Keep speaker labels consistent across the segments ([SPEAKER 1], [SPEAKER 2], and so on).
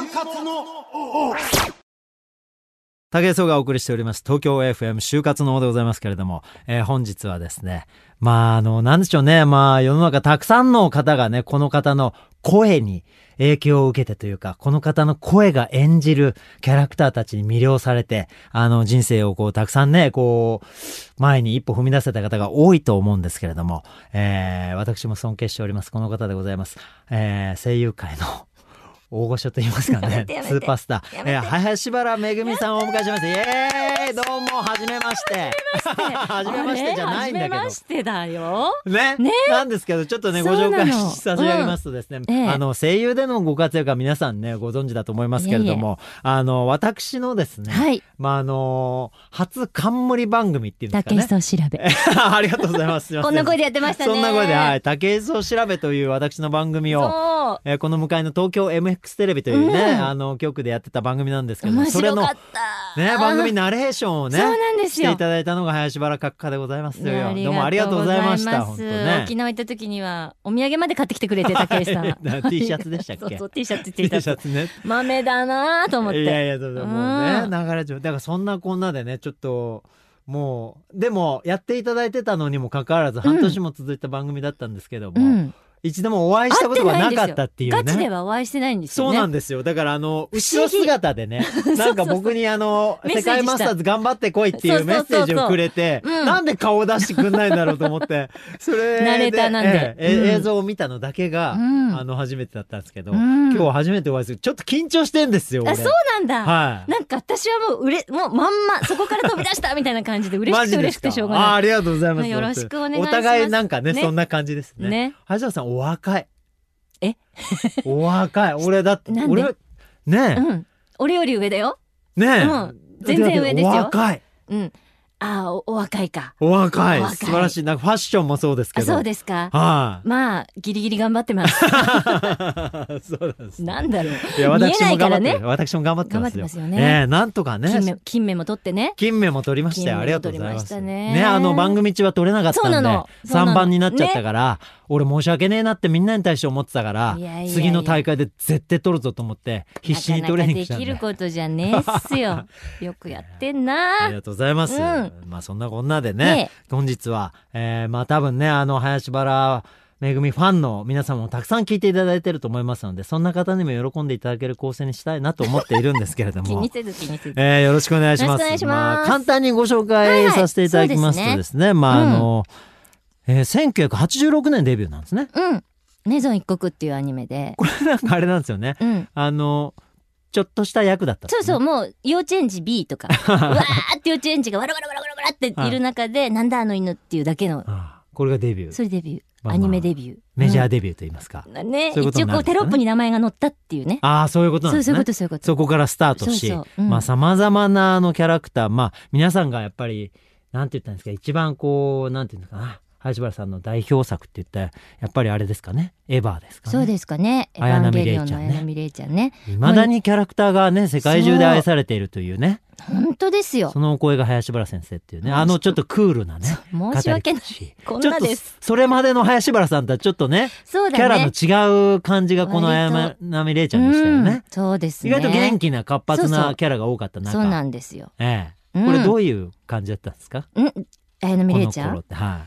[SPEAKER 1] 活の
[SPEAKER 2] 武井壮がお送りしております東京 FM 就活の方でございますけれども、えー本日はですねまああのなんでしょうねまあ世の中たくさんの方がねこの方の声に影響を受けてというかこの方の声が演じるキャラクターたちに魅了されてあの人生をこうたくさんねこう前に一歩踏み出せた方が多いと思うんですけれども、えー私も尊敬しておりますこの方でございます、えー声優界の 大御所と言いますか
[SPEAKER 3] や
[SPEAKER 2] ね
[SPEAKER 3] めてやめ
[SPEAKER 2] ス
[SPEAKER 3] て
[SPEAKER 2] ーパースタ
[SPEAKER 3] や
[SPEAKER 2] ー、
[SPEAKER 3] めて
[SPEAKER 2] えー林原めぐみさんをお迎えしますイエーイどうもはじめまして はじめましてじゃないんだけ
[SPEAKER 3] あれ初めま
[SPEAKER 2] ど
[SPEAKER 3] してだよ。
[SPEAKER 2] ね
[SPEAKER 3] ね
[SPEAKER 2] なんですけどちょっとねご
[SPEAKER 3] そうなの
[SPEAKER 2] 紹介し差し上げますとですね、
[SPEAKER 3] ええ
[SPEAKER 2] あの声優でのご活躍は皆さんねご存知だと思いますけれどもあの私のですね、
[SPEAKER 3] はい。
[SPEAKER 2] まああの初冠番組っていうんですか
[SPEAKER 3] 竹
[SPEAKER 2] ね
[SPEAKER 3] 下を調べ。
[SPEAKER 2] ありがとうございますすいませ
[SPEAKER 3] こんな声でやってましたね。。
[SPEAKER 2] そんな声で、はいい、竹磯を調べという私の番組を、
[SPEAKER 3] そ
[SPEAKER 2] えーこの向かいの東京 MX テレビというね、
[SPEAKER 3] うん
[SPEAKER 2] あの局でやってた番組なんですけ
[SPEAKER 3] う。
[SPEAKER 2] ども
[SPEAKER 3] 面
[SPEAKER 2] それ
[SPEAKER 3] 白
[SPEAKER 2] の
[SPEAKER 3] かった。
[SPEAKER 2] ね、番組ナレーションを
[SPEAKER 3] うん
[SPEAKER 2] ね、
[SPEAKER 3] そうなんで
[SPEAKER 2] し
[SPEAKER 3] す
[SPEAKER 2] てい
[SPEAKER 3] よ。
[SPEAKER 2] ただいたのが林原閣下でございます
[SPEAKER 3] ね
[SPEAKER 2] よ。どうもありがとうございました。本当ね。
[SPEAKER 3] 沖縄行った時にはお土産まで買ってきてくれて竹内さ ん
[SPEAKER 2] はい T シャツでしたっけ
[SPEAKER 3] そうそう T シャツ着て
[SPEAKER 2] T
[SPEAKER 3] い
[SPEAKER 2] シ
[SPEAKER 3] た
[SPEAKER 2] ャツね。
[SPEAKER 3] 豆だなと思っ
[SPEAKER 2] いや
[SPEAKER 3] て
[SPEAKER 2] いや、そうそうもう
[SPEAKER 3] うん
[SPEAKER 2] ね、流れ上。だからそんなこんなでね、ちょっと、もう、でも、やっていただいてたのにもかかわらず、半年も続いた番組だったんですけども、
[SPEAKER 3] うん
[SPEAKER 2] 一度もお会いしたことがなかったっていう
[SPEAKER 3] ガチで
[SPEAKER 2] ね。
[SPEAKER 3] はお会いしてないんです
[SPEAKER 2] そ
[SPEAKER 3] よ
[SPEAKER 2] う
[SPEAKER 3] ね
[SPEAKER 2] なんですよ。だから、あの、
[SPEAKER 3] 不
[SPEAKER 2] 後
[SPEAKER 3] 思議
[SPEAKER 2] ろ姿でね、 なんか僕にあの、
[SPEAKER 3] メッセー
[SPEAKER 2] 世
[SPEAKER 3] ジした
[SPEAKER 2] 界マスターズ頑張ってこいっていうメッセージをくれて、
[SPEAKER 3] そうそうそうそううん
[SPEAKER 2] なんで顔出してくんないんだろうと思って、それで、
[SPEAKER 3] ナレーターなんで
[SPEAKER 2] ええ
[SPEAKER 3] うん
[SPEAKER 2] 映像を見たのだけが、
[SPEAKER 3] うん
[SPEAKER 2] あの、初めてだったんですけど、
[SPEAKER 3] うん
[SPEAKER 2] 今日初めてお会いする。ちょっと緊張してんですよ、俺
[SPEAKER 3] あそうなんだ、
[SPEAKER 2] はい。
[SPEAKER 3] なんか私はもううれもうまんまそこから飛び出したみたいな感じで嬉
[SPEAKER 2] マ
[SPEAKER 3] しく
[SPEAKER 2] ジ
[SPEAKER 3] て
[SPEAKER 2] で
[SPEAKER 3] 嬉
[SPEAKER 2] す
[SPEAKER 3] しく
[SPEAKER 2] か
[SPEAKER 3] てしょうが
[SPEAKER 2] あー
[SPEAKER 3] な
[SPEAKER 2] あ
[SPEAKER 3] い
[SPEAKER 2] りがとうございます。
[SPEAKER 3] ねよろしくお願いします
[SPEAKER 2] お互いなんかね、
[SPEAKER 3] ね
[SPEAKER 2] そんな感じですね。
[SPEAKER 3] ね
[SPEAKER 2] 橋田さん、お若い。
[SPEAKER 3] え
[SPEAKER 2] お若 い。俺だって、
[SPEAKER 3] なんで
[SPEAKER 2] 俺、ね
[SPEAKER 3] うん俺より上だよ
[SPEAKER 2] え、ねえ、
[SPEAKER 3] うん全然上ですよ
[SPEAKER 2] お若い。
[SPEAKER 3] うんああおお若いか
[SPEAKER 2] お若い。
[SPEAKER 3] お若い
[SPEAKER 2] 素晴らしい。なんかファッションもそうですけ
[SPEAKER 3] あ
[SPEAKER 2] ど。
[SPEAKER 3] そうですか
[SPEAKER 2] はい、
[SPEAKER 3] まあギリギリ頑張ってます
[SPEAKER 2] そうなんです。
[SPEAKER 3] なんだろう
[SPEAKER 2] いや、
[SPEAKER 3] 見え
[SPEAKER 2] 私
[SPEAKER 3] な
[SPEAKER 2] も頑
[SPEAKER 3] いか
[SPEAKER 2] 張
[SPEAKER 3] ら
[SPEAKER 2] って
[SPEAKER 3] ね
[SPEAKER 2] る。私も頑張ってますよ。
[SPEAKER 3] 頑張ってますよね
[SPEAKER 2] えなんとかね。
[SPEAKER 3] 金目金目も取ってね
[SPEAKER 2] 金目も取りましたよ。あ
[SPEAKER 3] 金目も
[SPEAKER 2] りがとうございま
[SPEAKER 3] 取
[SPEAKER 2] す。
[SPEAKER 3] りましたね
[SPEAKER 2] あの番組中は取れなかった
[SPEAKER 3] そうんなの
[SPEAKER 2] で、
[SPEAKER 3] そうなの
[SPEAKER 2] 3番になっちゃったから、俺申し訳ねえなってみんなに対して思ってたから
[SPEAKER 3] いやいやい、や
[SPEAKER 2] 次の大会で絶対取るぞと思って、必死に取れに来たんで。
[SPEAKER 3] なかなかできることじゃねえっすよよくやってんな
[SPEAKER 2] ありがとうございます。
[SPEAKER 3] うん
[SPEAKER 2] まあそんなこんなでね
[SPEAKER 3] ね、
[SPEAKER 2] 本日は、えー、まあ多分ね、あの、林原めぐみファンの皆様もたくさん聞いていただいてると思いますので、そんな方にも喜んでいただける構成にしたいなと思っているんですけれど
[SPEAKER 3] 気
[SPEAKER 2] も
[SPEAKER 3] に。せず気にせず
[SPEAKER 2] えー、よろしくお願いします。
[SPEAKER 3] よろしくお願いしま
[SPEAKER 2] あ
[SPEAKER 3] す
[SPEAKER 2] 簡単にご紹
[SPEAKER 3] はい
[SPEAKER 2] 介
[SPEAKER 3] はい
[SPEAKER 2] させていただきますとですね、まあ、あの、えー、1986年デビューなんですね。
[SPEAKER 3] うん「ネゾン一国」っていうアニメで
[SPEAKER 2] これなんかあれなんですよね。
[SPEAKER 3] うん
[SPEAKER 2] あの、ちょっとした役だったんで
[SPEAKER 3] そう
[SPEAKER 2] すね、
[SPEAKER 3] そう、もう幼稚園児 B とか、うわーって幼稚園児がわらわらわらわらわらっている中で、なんだあの犬っていうだけの、
[SPEAKER 2] あーこれがデビュー。
[SPEAKER 3] それデビュー、
[SPEAKER 2] まあまあ
[SPEAKER 3] アニメデビュー。
[SPEAKER 2] メジャー
[SPEAKER 3] ー
[SPEAKER 2] デビューと言いますか。
[SPEAKER 3] ね、
[SPEAKER 2] そういうことに
[SPEAKER 3] 一
[SPEAKER 2] なるんですか
[SPEAKER 3] 応こ
[SPEAKER 2] ね
[SPEAKER 3] うテロップに名前が載ったっていうね。
[SPEAKER 2] ああ、そういうことなん
[SPEAKER 3] そう
[SPEAKER 2] です
[SPEAKER 3] そう
[SPEAKER 2] ね。
[SPEAKER 3] いうこと、そういうこと。
[SPEAKER 2] そこからスタートし、
[SPEAKER 3] そうそううん
[SPEAKER 2] まあ様々なあのキャラクター、まあ皆さんがやっぱり、なんて言ったんですか、一番こう、なんて言うのかな、林原さんの代表作って言ったら、やっぱりあれですかね、エヴァですかね。
[SPEAKER 3] そうですかね。エヴ
[SPEAKER 2] 綾
[SPEAKER 3] ァン
[SPEAKER 2] 波
[SPEAKER 3] ゲ
[SPEAKER 2] レ
[SPEAKER 3] リ
[SPEAKER 2] イ
[SPEAKER 3] オン
[SPEAKER 2] ちゃ
[SPEAKER 3] の
[SPEAKER 2] んね
[SPEAKER 3] 綾波レイちゃんね。
[SPEAKER 2] いまだにキャラクターがね世界中で愛されているというね
[SPEAKER 3] 本当ですよ
[SPEAKER 2] そ。のお声が林原先生っていうね
[SPEAKER 3] うん
[SPEAKER 2] あのちょっとクールなね
[SPEAKER 3] 申し訳ない。
[SPEAKER 2] い
[SPEAKER 3] こんなで
[SPEAKER 2] ちょっ
[SPEAKER 3] す
[SPEAKER 2] とそれまでの林原さんとはちょっとね
[SPEAKER 3] そう
[SPEAKER 2] キャ
[SPEAKER 3] だ
[SPEAKER 2] ラ
[SPEAKER 3] ね。
[SPEAKER 2] の違う感じがこの綾
[SPEAKER 3] 割と
[SPEAKER 2] 波レイちゃんでしたよね
[SPEAKER 3] うん、そうです
[SPEAKER 2] 意
[SPEAKER 3] ね。
[SPEAKER 2] 外と元気な活発
[SPEAKER 3] そうそ
[SPEAKER 2] な
[SPEAKER 3] う
[SPEAKER 2] キャラが多かった中
[SPEAKER 3] そうなんですよ。
[SPEAKER 2] え
[SPEAKER 3] う
[SPEAKER 2] え
[SPEAKER 3] ん
[SPEAKER 2] これどういう感じだったんですか、
[SPEAKER 3] うん、綾波
[SPEAKER 2] こ
[SPEAKER 3] レイ
[SPEAKER 2] の
[SPEAKER 3] ちゃ
[SPEAKER 2] 頃っ
[SPEAKER 3] ん
[SPEAKER 2] ては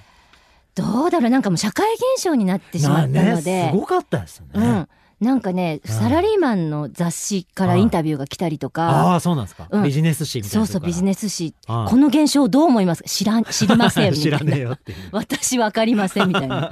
[SPEAKER 3] どうだろうなんかもう社会現象になって
[SPEAKER 2] い
[SPEAKER 3] しまった
[SPEAKER 2] な
[SPEAKER 3] の
[SPEAKER 2] ね
[SPEAKER 3] で。
[SPEAKER 2] すごかったですよね、
[SPEAKER 3] うん、なんかね、
[SPEAKER 2] うん
[SPEAKER 3] サラリーマンの雑誌からインタビューが来たりとか、
[SPEAKER 2] ああそうなんですか、
[SPEAKER 3] うん
[SPEAKER 2] ビジネス誌みたい
[SPEAKER 3] そ
[SPEAKER 2] な
[SPEAKER 3] うそうビジ
[SPEAKER 2] ネ
[SPEAKER 3] ネス誌、
[SPEAKER 2] ああ
[SPEAKER 3] この現象どう思いますか知らん知りませんみた
[SPEAKER 2] 知
[SPEAKER 3] いな
[SPEAKER 2] らねえよって いう
[SPEAKER 3] 私わかりませんみたい な。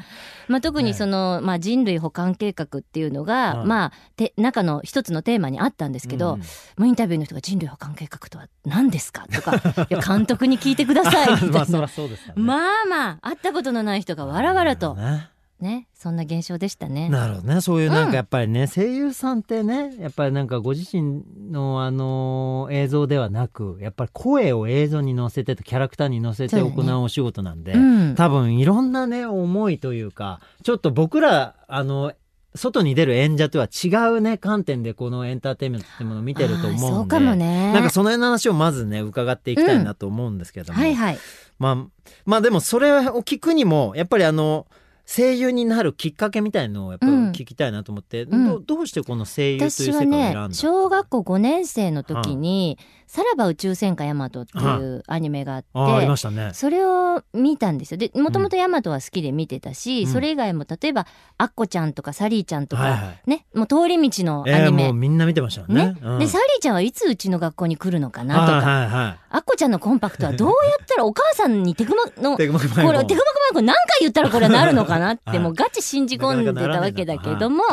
[SPEAKER 3] まあ、特にその、まあ、人類保管計画っていうのが、
[SPEAKER 2] うん
[SPEAKER 3] まあ、て中の一つのテーマにあったんですけど、
[SPEAKER 2] う ん
[SPEAKER 3] もうインタビューの人が「人類保管計画とは何ですか?」とか「いや監督に聞いてください」み
[SPEAKER 2] ま
[SPEAKER 3] た
[SPEAKER 2] あ
[SPEAKER 3] い
[SPEAKER 2] そり
[SPEAKER 3] な
[SPEAKER 2] ゃ。そうですよね
[SPEAKER 3] まあまあ会ったことのない人がわらわらと
[SPEAKER 2] ね
[SPEAKER 3] ねそんな現象でしたね。
[SPEAKER 2] なるほどねそういうなん
[SPEAKER 3] う
[SPEAKER 2] か
[SPEAKER 3] ん
[SPEAKER 2] やっぱりね、声優さんってねやっぱりなんかご自身のあの映像ではなくやっぱり声を映像に乗せてとキャラクターに乗せて
[SPEAKER 3] そう
[SPEAKER 2] 行
[SPEAKER 3] だね
[SPEAKER 2] うお仕事なんで、
[SPEAKER 3] うん、
[SPEAKER 2] 多分いろんなね思いというかちょっと僕らあの外に出る演者とは違うね観点でこのエンターテインメントってものを見てると
[SPEAKER 3] あー
[SPEAKER 2] 思
[SPEAKER 3] そううんか
[SPEAKER 2] で
[SPEAKER 3] もね。
[SPEAKER 2] なんかその辺の話をまずね伺っていきたいなと思うんですけども、
[SPEAKER 3] はいはい。
[SPEAKER 2] まあ、まあでもそれを聞くにもやっぱりあの声優になるきっかけみたいのをやっぱ
[SPEAKER 3] うん
[SPEAKER 2] 聞きたいなと思って、
[SPEAKER 3] うん
[SPEAKER 2] どどうしてこの声優という世
[SPEAKER 3] 私は
[SPEAKER 2] 界を選ん
[SPEAKER 3] ね
[SPEAKER 2] だ、の
[SPEAKER 3] 小学校5年生の時に、さらば宇宙戦艦ヤマトっていうアニメがあって、
[SPEAKER 2] あありましたね。
[SPEAKER 3] それを見たんですよ。で、もともとヤマトは好きで見てたし、
[SPEAKER 2] うん
[SPEAKER 3] それ以外も例えば、アッコちゃんとかサリーちゃんとか、
[SPEAKER 2] はいはい
[SPEAKER 3] ね、もう通り道のア
[SPEAKER 2] えー
[SPEAKER 3] ニメ。
[SPEAKER 2] もうみんな見てましたよね
[SPEAKER 3] ね。
[SPEAKER 2] うん
[SPEAKER 3] で、サリーちゃんはいつうちの学校に来るのかなとか、
[SPEAKER 2] はいはいは
[SPEAKER 3] アッコちゃんのコンパクトはどうやっ たらお母さんにテクマの、
[SPEAKER 2] い。
[SPEAKER 3] これ、
[SPEAKER 2] テクマク
[SPEAKER 3] テクマ
[SPEAKER 2] マイ
[SPEAKER 3] クマイコ何回言ったらこれはなるのかなっ
[SPEAKER 2] はい
[SPEAKER 3] て、もうガチ信じ込んでたわけだけども、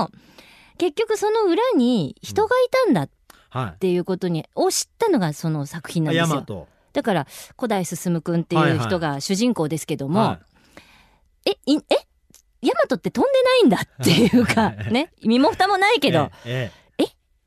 [SPEAKER 3] 結局その裏に人がいたんだっ
[SPEAKER 2] は
[SPEAKER 3] ていうことに、を知ったのがその作品な
[SPEAKER 2] い。
[SPEAKER 3] んで
[SPEAKER 2] ヤ
[SPEAKER 3] す
[SPEAKER 2] マ
[SPEAKER 3] よ。
[SPEAKER 2] ト。
[SPEAKER 3] だから、古代進くんっていう人が主人公ですけども、
[SPEAKER 2] は
[SPEAKER 3] え、いえヤマトって飛んでないんだっていうか、ね、身も蓋もない
[SPEAKER 2] い
[SPEAKER 3] けど、。
[SPEAKER 2] え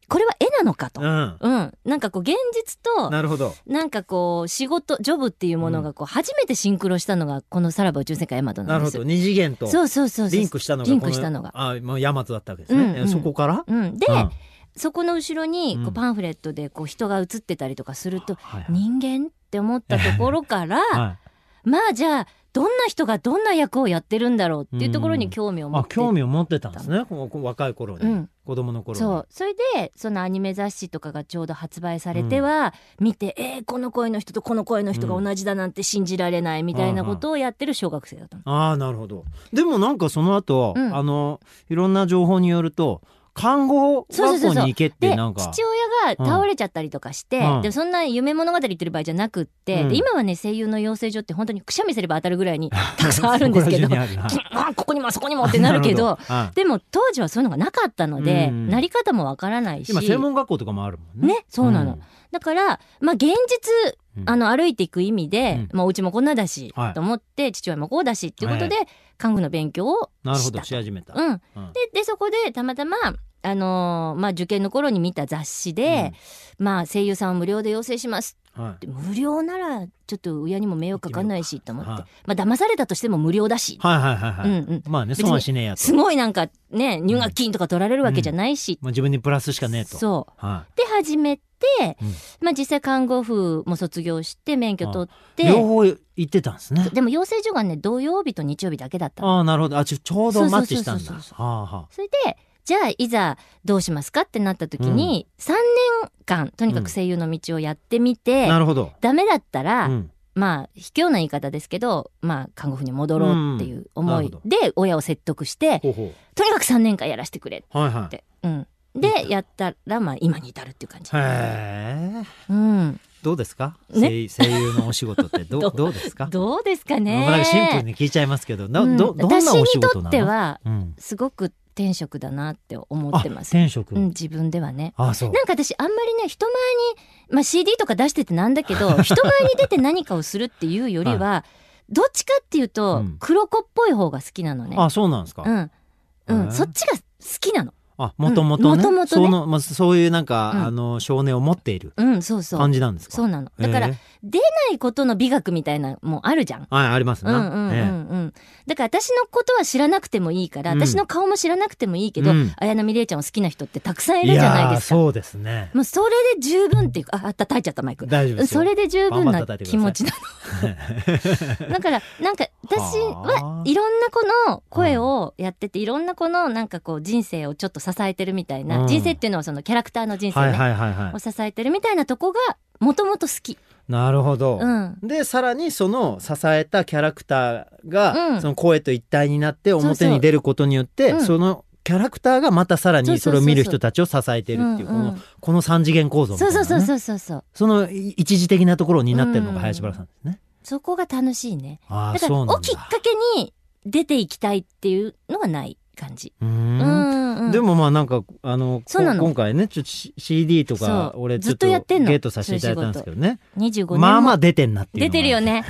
[SPEAKER 3] これは絵なのか
[SPEAKER 2] え
[SPEAKER 3] と
[SPEAKER 2] ええ。う
[SPEAKER 3] うん。なんかこう、現実
[SPEAKER 2] ん。
[SPEAKER 3] と、
[SPEAKER 2] なるほど。
[SPEAKER 3] なんかこう、仕事、ジョブっていうものがこう、初めてシンクロしたのが、このさらば宇宙世界ヤマトな
[SPEAKER 2] なんる
[SPEAKER 3] で
[SPEAKER 2] ほ
[SPEAKER 3] す
[SPEAKER 2] ど。
[SPEAKER 3] よ。
[SPEAKER 2] 二次元と
[SPEAKER 3] そうそうそうそう。
[SPEAKER 2] リンクしたのが
[SPEAKER 3] リ
[SPEAKER 2] こ
[SPEAKER 3] ン
[SPEAKER 2] の。
[SPEAKER 3] クしたのが。
[SPEAKER 2] あ、もうヤマトだったわけですね
[SPEAKER 3] うん。
[SPEAKER 2] えそこから
[SPEAKER 3] うん。で、
[SPEAKER 2] うん
[SPEAKER 3] そこの後ろに、こ
[SPEAKER 2] う
[SPEAKER 3] う、
[SPEAKER 2] ん
[SPEAKER 3] パンフレットで、こう、人が写ってたりとかすると、
[SPEAKER 2] はいはい
[SPEAKER 3] 人間って思ったとこ ろから、
[SPEAKER 2] はい
[SPEAKER 3] まあじゃあ、どんな人がどんな役をやってるんだろうっていうところ
[SPEAKER 2] う
[SPEAKER 3] に
[SPEAKER 2] ん
[SPEAKER 3] 興味を持っ
[SPEAKER 2] あ
[SPEAKER 3] てて
[SPEAKER 2] 興味を持ってたんですねこう若い頃に、
[SPEAKER 3] うん
[SPEAKER 2] 子供の頃に
[SPEAKER 3] そうそれでそのアニメ雑誌とかがちょうど発売されては、見てえーこの声の人とこの声の人が同じだなんて信じられないみたいなことをやってる小学生だったの。
[SPEAKER 2] ああなるほどでもなんかその後、
[SPEAKER 3] うん
[SPEAKER 2] あのいろんな情報によると看護
[SPEAKER 3] そう
[SPEAKER 2] 学
[SPEAKER 3] そう
[SPEAKER 2] 校
[SPEAKER 3] そう
[SPEAKER 2] に行けっ
[SPEAKER 3] で
[SPEAKER 2] てなんか
[SPEAKER 3] 父親が倒れちゃったりとかして、
[SPEAKER 2] うん
[SPEAKER 3] でそんな夢物語言ってる場合じゃなくって、
[SPEAKER 2] うん
[SPEAKER 3] で今はね声優の養成所って本当にくしゃみすれば当たるぐらい にたくさんあるんですけど
[SPEAKER 2] そこら中にある
[SPEAKER 3] あここにもあそこに もってなるけど
[SPEAKER 2] なほはい
[SPEAKER 3] でも当時はそういうのがなかったので、
[SPEAKER 2] うん
[SPEAKER 3] なり方もわからないし
[SPEAKER 2] 今専門学校とかもあるもんね
[SPEAKER 3] ねそうなの、
[SPEAKER 2] ん
[SPEAKER 3] だから、まあ、現実
[SPEAKER 2] うん
[SPEAKER 3] あの歩いていく意味で、
[SPEAKER 2] う
[SPEAKER 3] まあ、お家もこんなだし、
[SPEAKER 2] はい
[SPEAKER 3] と思って父親もこうだしっていうことで、看護の勉強を
[SPEAKER 2] なるほ
[SPEAKER 3] し
[SPEAKER 2] ど
[SPEAKER 3] た
[SPEAKER 2] し
[SPEAKER 3] と。
[SPEAKER 2] 始めた、
[SPEAKER 3] うん、
[SPEAKER 2] うん
[SPEAKER 3] ででそこでたまたま、あのーまあ、受験の頃に見た雑誌で、まあ、声優さんを無料で養成します
[SPEAKER 2] うんはい
[SPEAKER 3] って無料ならちょっと親にも迷惑かかんないしと思って、
[SPEAKER 2] はい
[SPEAKER 3] まあ騙されたとしても無料だし、
[SPEAKER 2] はいはいはいはい、
[SPEAKER 3] うんうん、
[SPEAKER 2] まあね
[SPEAKER 3] 別に
[SPEAKER 2] 損はしねえやと
[SPEAKER 3] すごいなんかね入学金とか取られるわけじゃないし、
[SPEAKER 2] まあ、自分にプラスしかねえと
[SPEAKER 3] そう
[SPEAKER 2] は
[SPEAKER 3] で始めて、
[SPEAKER 2] うん
[SPEAKER 3] まあ、実際看護婦も卒業して免許取って
[SPEAKER 2] い、両方行ってたんですね
[SPEAKER 3] でも養成所がね土曜日と日曜日だけだったの
[SPEAKER 2] ああなるほどあちょちょうどマッチしたんだ
[SPEAKER 3] そうそうそうそ
[SPEAKER 2] はあはあ
[SPEAKER 3] それでじゃあいざどうしますかってなった時に、3年間とにかく声優の道をやってみて、
[SPEAKER 2] なるほど、
[SPEAKER 3] ダメだったら、
[SPEAKER 2] うん
[SPEAKER 3] まあ卑怯な言い方ですけどまあ看護婦に戻ろうっていう思い
[SPEAKER 2] うんなる
[SPEAKER 3] で親を説得して、
[SPEAKER 2] ほうほ
[SPEAKER 3] とにかく3年間やらせてくれっ
[SPEAKER 2] うはいはい
[SPEAKER 3] て、うん、でやったらまあ今に至るっていう感じ、
[SPEAKER 2] へえ。
[SPEAKER 3] うん、
[SPEAKER 2] どうですか、
[SPEAKER 3] ね
[SPEAKER 2] 声声優のお仕事ってど
[SPEAKER 3] ど
[SPEAKER 2] うどうですか
[SPEAKER 3] どうですかね
[SPEAKER 2] なんかシンプルに聞いちゃいますけど、な
[SPEAKER 3] うん
[SPEAKER 2] どどんなお仕事なの
[SPEAKER 3] 私にとって、は
[SPEAKER 2] うん、
[SPEAKER 3] すごく天職だなって思
[SPEAKER 2] あ
[SPEAKER 3] ってます、
[SPEAKER 2] 転職、
[SPEAKER 3] うん、自分ではね
[SPEAKER 2] あそう
[SPEAKER 3] なんか私あんまりね人前に、まあ、CD とか出しててなんだけ ど人前に出て何かをするっていうよりは、どっちかっていうと、
[SPEAKER 2] うん
[SPEAKER 3] 黒子っぽい方が好きなのね。
[SPEAKER 2] あそうなんですか、
[SPEAKER 3] うんう
[SPEAKER 2] へえ
[SPEAKER 3] ん、そっちが好きなの。
[SPEAKER 2] あもともとね,、
[SPEAKER 3] うん元
[SPEAKER 2] そ
[SPEAKER 3] 々ね
[SPEAKER 2] のまあ、そういうなんか、
[SPEAKER 3] うん
[SPEAKER 2] あの少年を持っている
[SPEAKER 3] うん、そうそう
[SPEAKER 2] 感。じなんですか
[SPEAKER 3] そうなの。だから、
[SPEAKER 2] へ
[SPEAKER 3] な
[SPEAKER 2] え
[SPEAKER 3] いことの美学みたいなもんあるじゃん。
[SPEAKER 2] はいあります
[SPEAKER 3] う
[SPEAKER 2] な、
[SPEAKER 3] んうんう
[SPEAKER 2] ええ
[SPEAKER 3] んうん。だから私のことは知らなくてもいいから、
[SPEAKER 2] うん
[SPEAKER 3] 私の顔も知らなくてもいいけど、
[SPEAKER 2] うん
[SPEAKER 3] 綾波レイちゃんを好きな人ってたくさんい
[SPEAKER 2] い
[SPEAKER 3] るじゃない
[SPEAKER 2] やー
[SPEAKER 3] ですか。
[SPEAKER 2] そうですね
[SPEAKER 3] もうそれで十分っていうか、あ、あ叩いちゃったマイク。
[SPEAKER 2] 大丈夫ですよ
[SPEAKER 3] それで十
[SPEAKER 2] バ
[SPEAKER 3] 分
[SPEAKER 2] ン
[SPEAKER 3] な
[SPEAKER 2] バン叩いて
[SPEAKER 3] 気
[SPEAKER 2] く
[SPEAKER 3] 持
[SPEAKER 2] だ
[SPEAKER 3] ち
[SPEAKER 2] さ
[SPEAKER 3] なの。だから、なんか、私
[SPEAKER 2] は
[SPEAKER 3] は
[SPEAKER 2] あ
[SPEAKER 3] いろんな子の声をやってて、いろんな子のなんかこう人生をちょっと支えてるみたいな、
[SPEAKER 2] うん
[SPEAKER 3] 人生っていうのはそのキャラクターの人
[SPEAKER 2] は
[SPEAKER 3] 生
[SPEAKER 2] い
[SPEAKER 3] ね、
[SPEAKER 2] はいはいは
[SPEAKER 3] を支えてるみたいなとこが、もともと好き。
[SPEAKER 2] いなるほど、
[SPEAKER 3] うん。
[SPEAKER 2] でさらにその支えたキャラクターが、
[SPEAKER 3] うん
[SPEAKER 2] その声と一体になって
[SPEAKER 3] うそう
[SPEAKER 2] 表に出ることによってそ
[SPEAKER 3] うん
[SPEAKER 2] のキャラクターがまたさら
[SPEAKER 3] そう
[SPEAKER 2] に
[SPEAKER 3] そ
[SPEAKER 2] そう
[SPEAKER 3] そ
[SPEAKER 2] れ
[SPEAKER 3] う
[SPEAKER 2] を
[SPEAKER 3] そう
[SPEAKER 2] 見る人たちを支えてるっていう
[SPEAKER 3] うんうん
[SPEAKER 2] このこの三次元構造みた
[SPEAKER 3] そ
[SPEAKER 2] いうな、
[SPEAKER 3] そう
[SPEAKER 2] ね、
[SPEAKER 3] そうそうそうそう。
[SPEAKER 2] そのい一時的なところになってるのが林原さんですね。
[SPEAKER 3] そこが楽しいね。
[SPEAKER 2] ああ
[SPEAKER 3] だか
[SPEAKER 2] そうな
[SPEAKER 3] ら、
[SPEAKER 2] ん
[SPEAKER 3] をきっ
[SPEAKER 2] だ
[SPEAKER 3] かけに出ていきたいっていうのはない感じ。
[SPEAKER 2] うー
[SPEAKER 3] うんんうん。
[SPEAKER 2] でもまあなんかあのこ
[SPEAKER 3] そうなの
[SPEAKER 2] 今回ねちょっと C- CD とか
[SPEAKER 3] そう
[SPEAKER 2] 俺ちょっ
[SPEAKER 3] ずっと
[SPEAKER 2] とゲ
[SPEAKER 3] やってんの
[SPEAKER 2] ートさせていただいたんですけどね
[SPEAKER 3] 25年
[SPEAKER 2] まあま
[SPEAKER 3] あ、
[SPEAKER 2] あ出てんな っていうのが
[SPEAKER 3] 出てるよね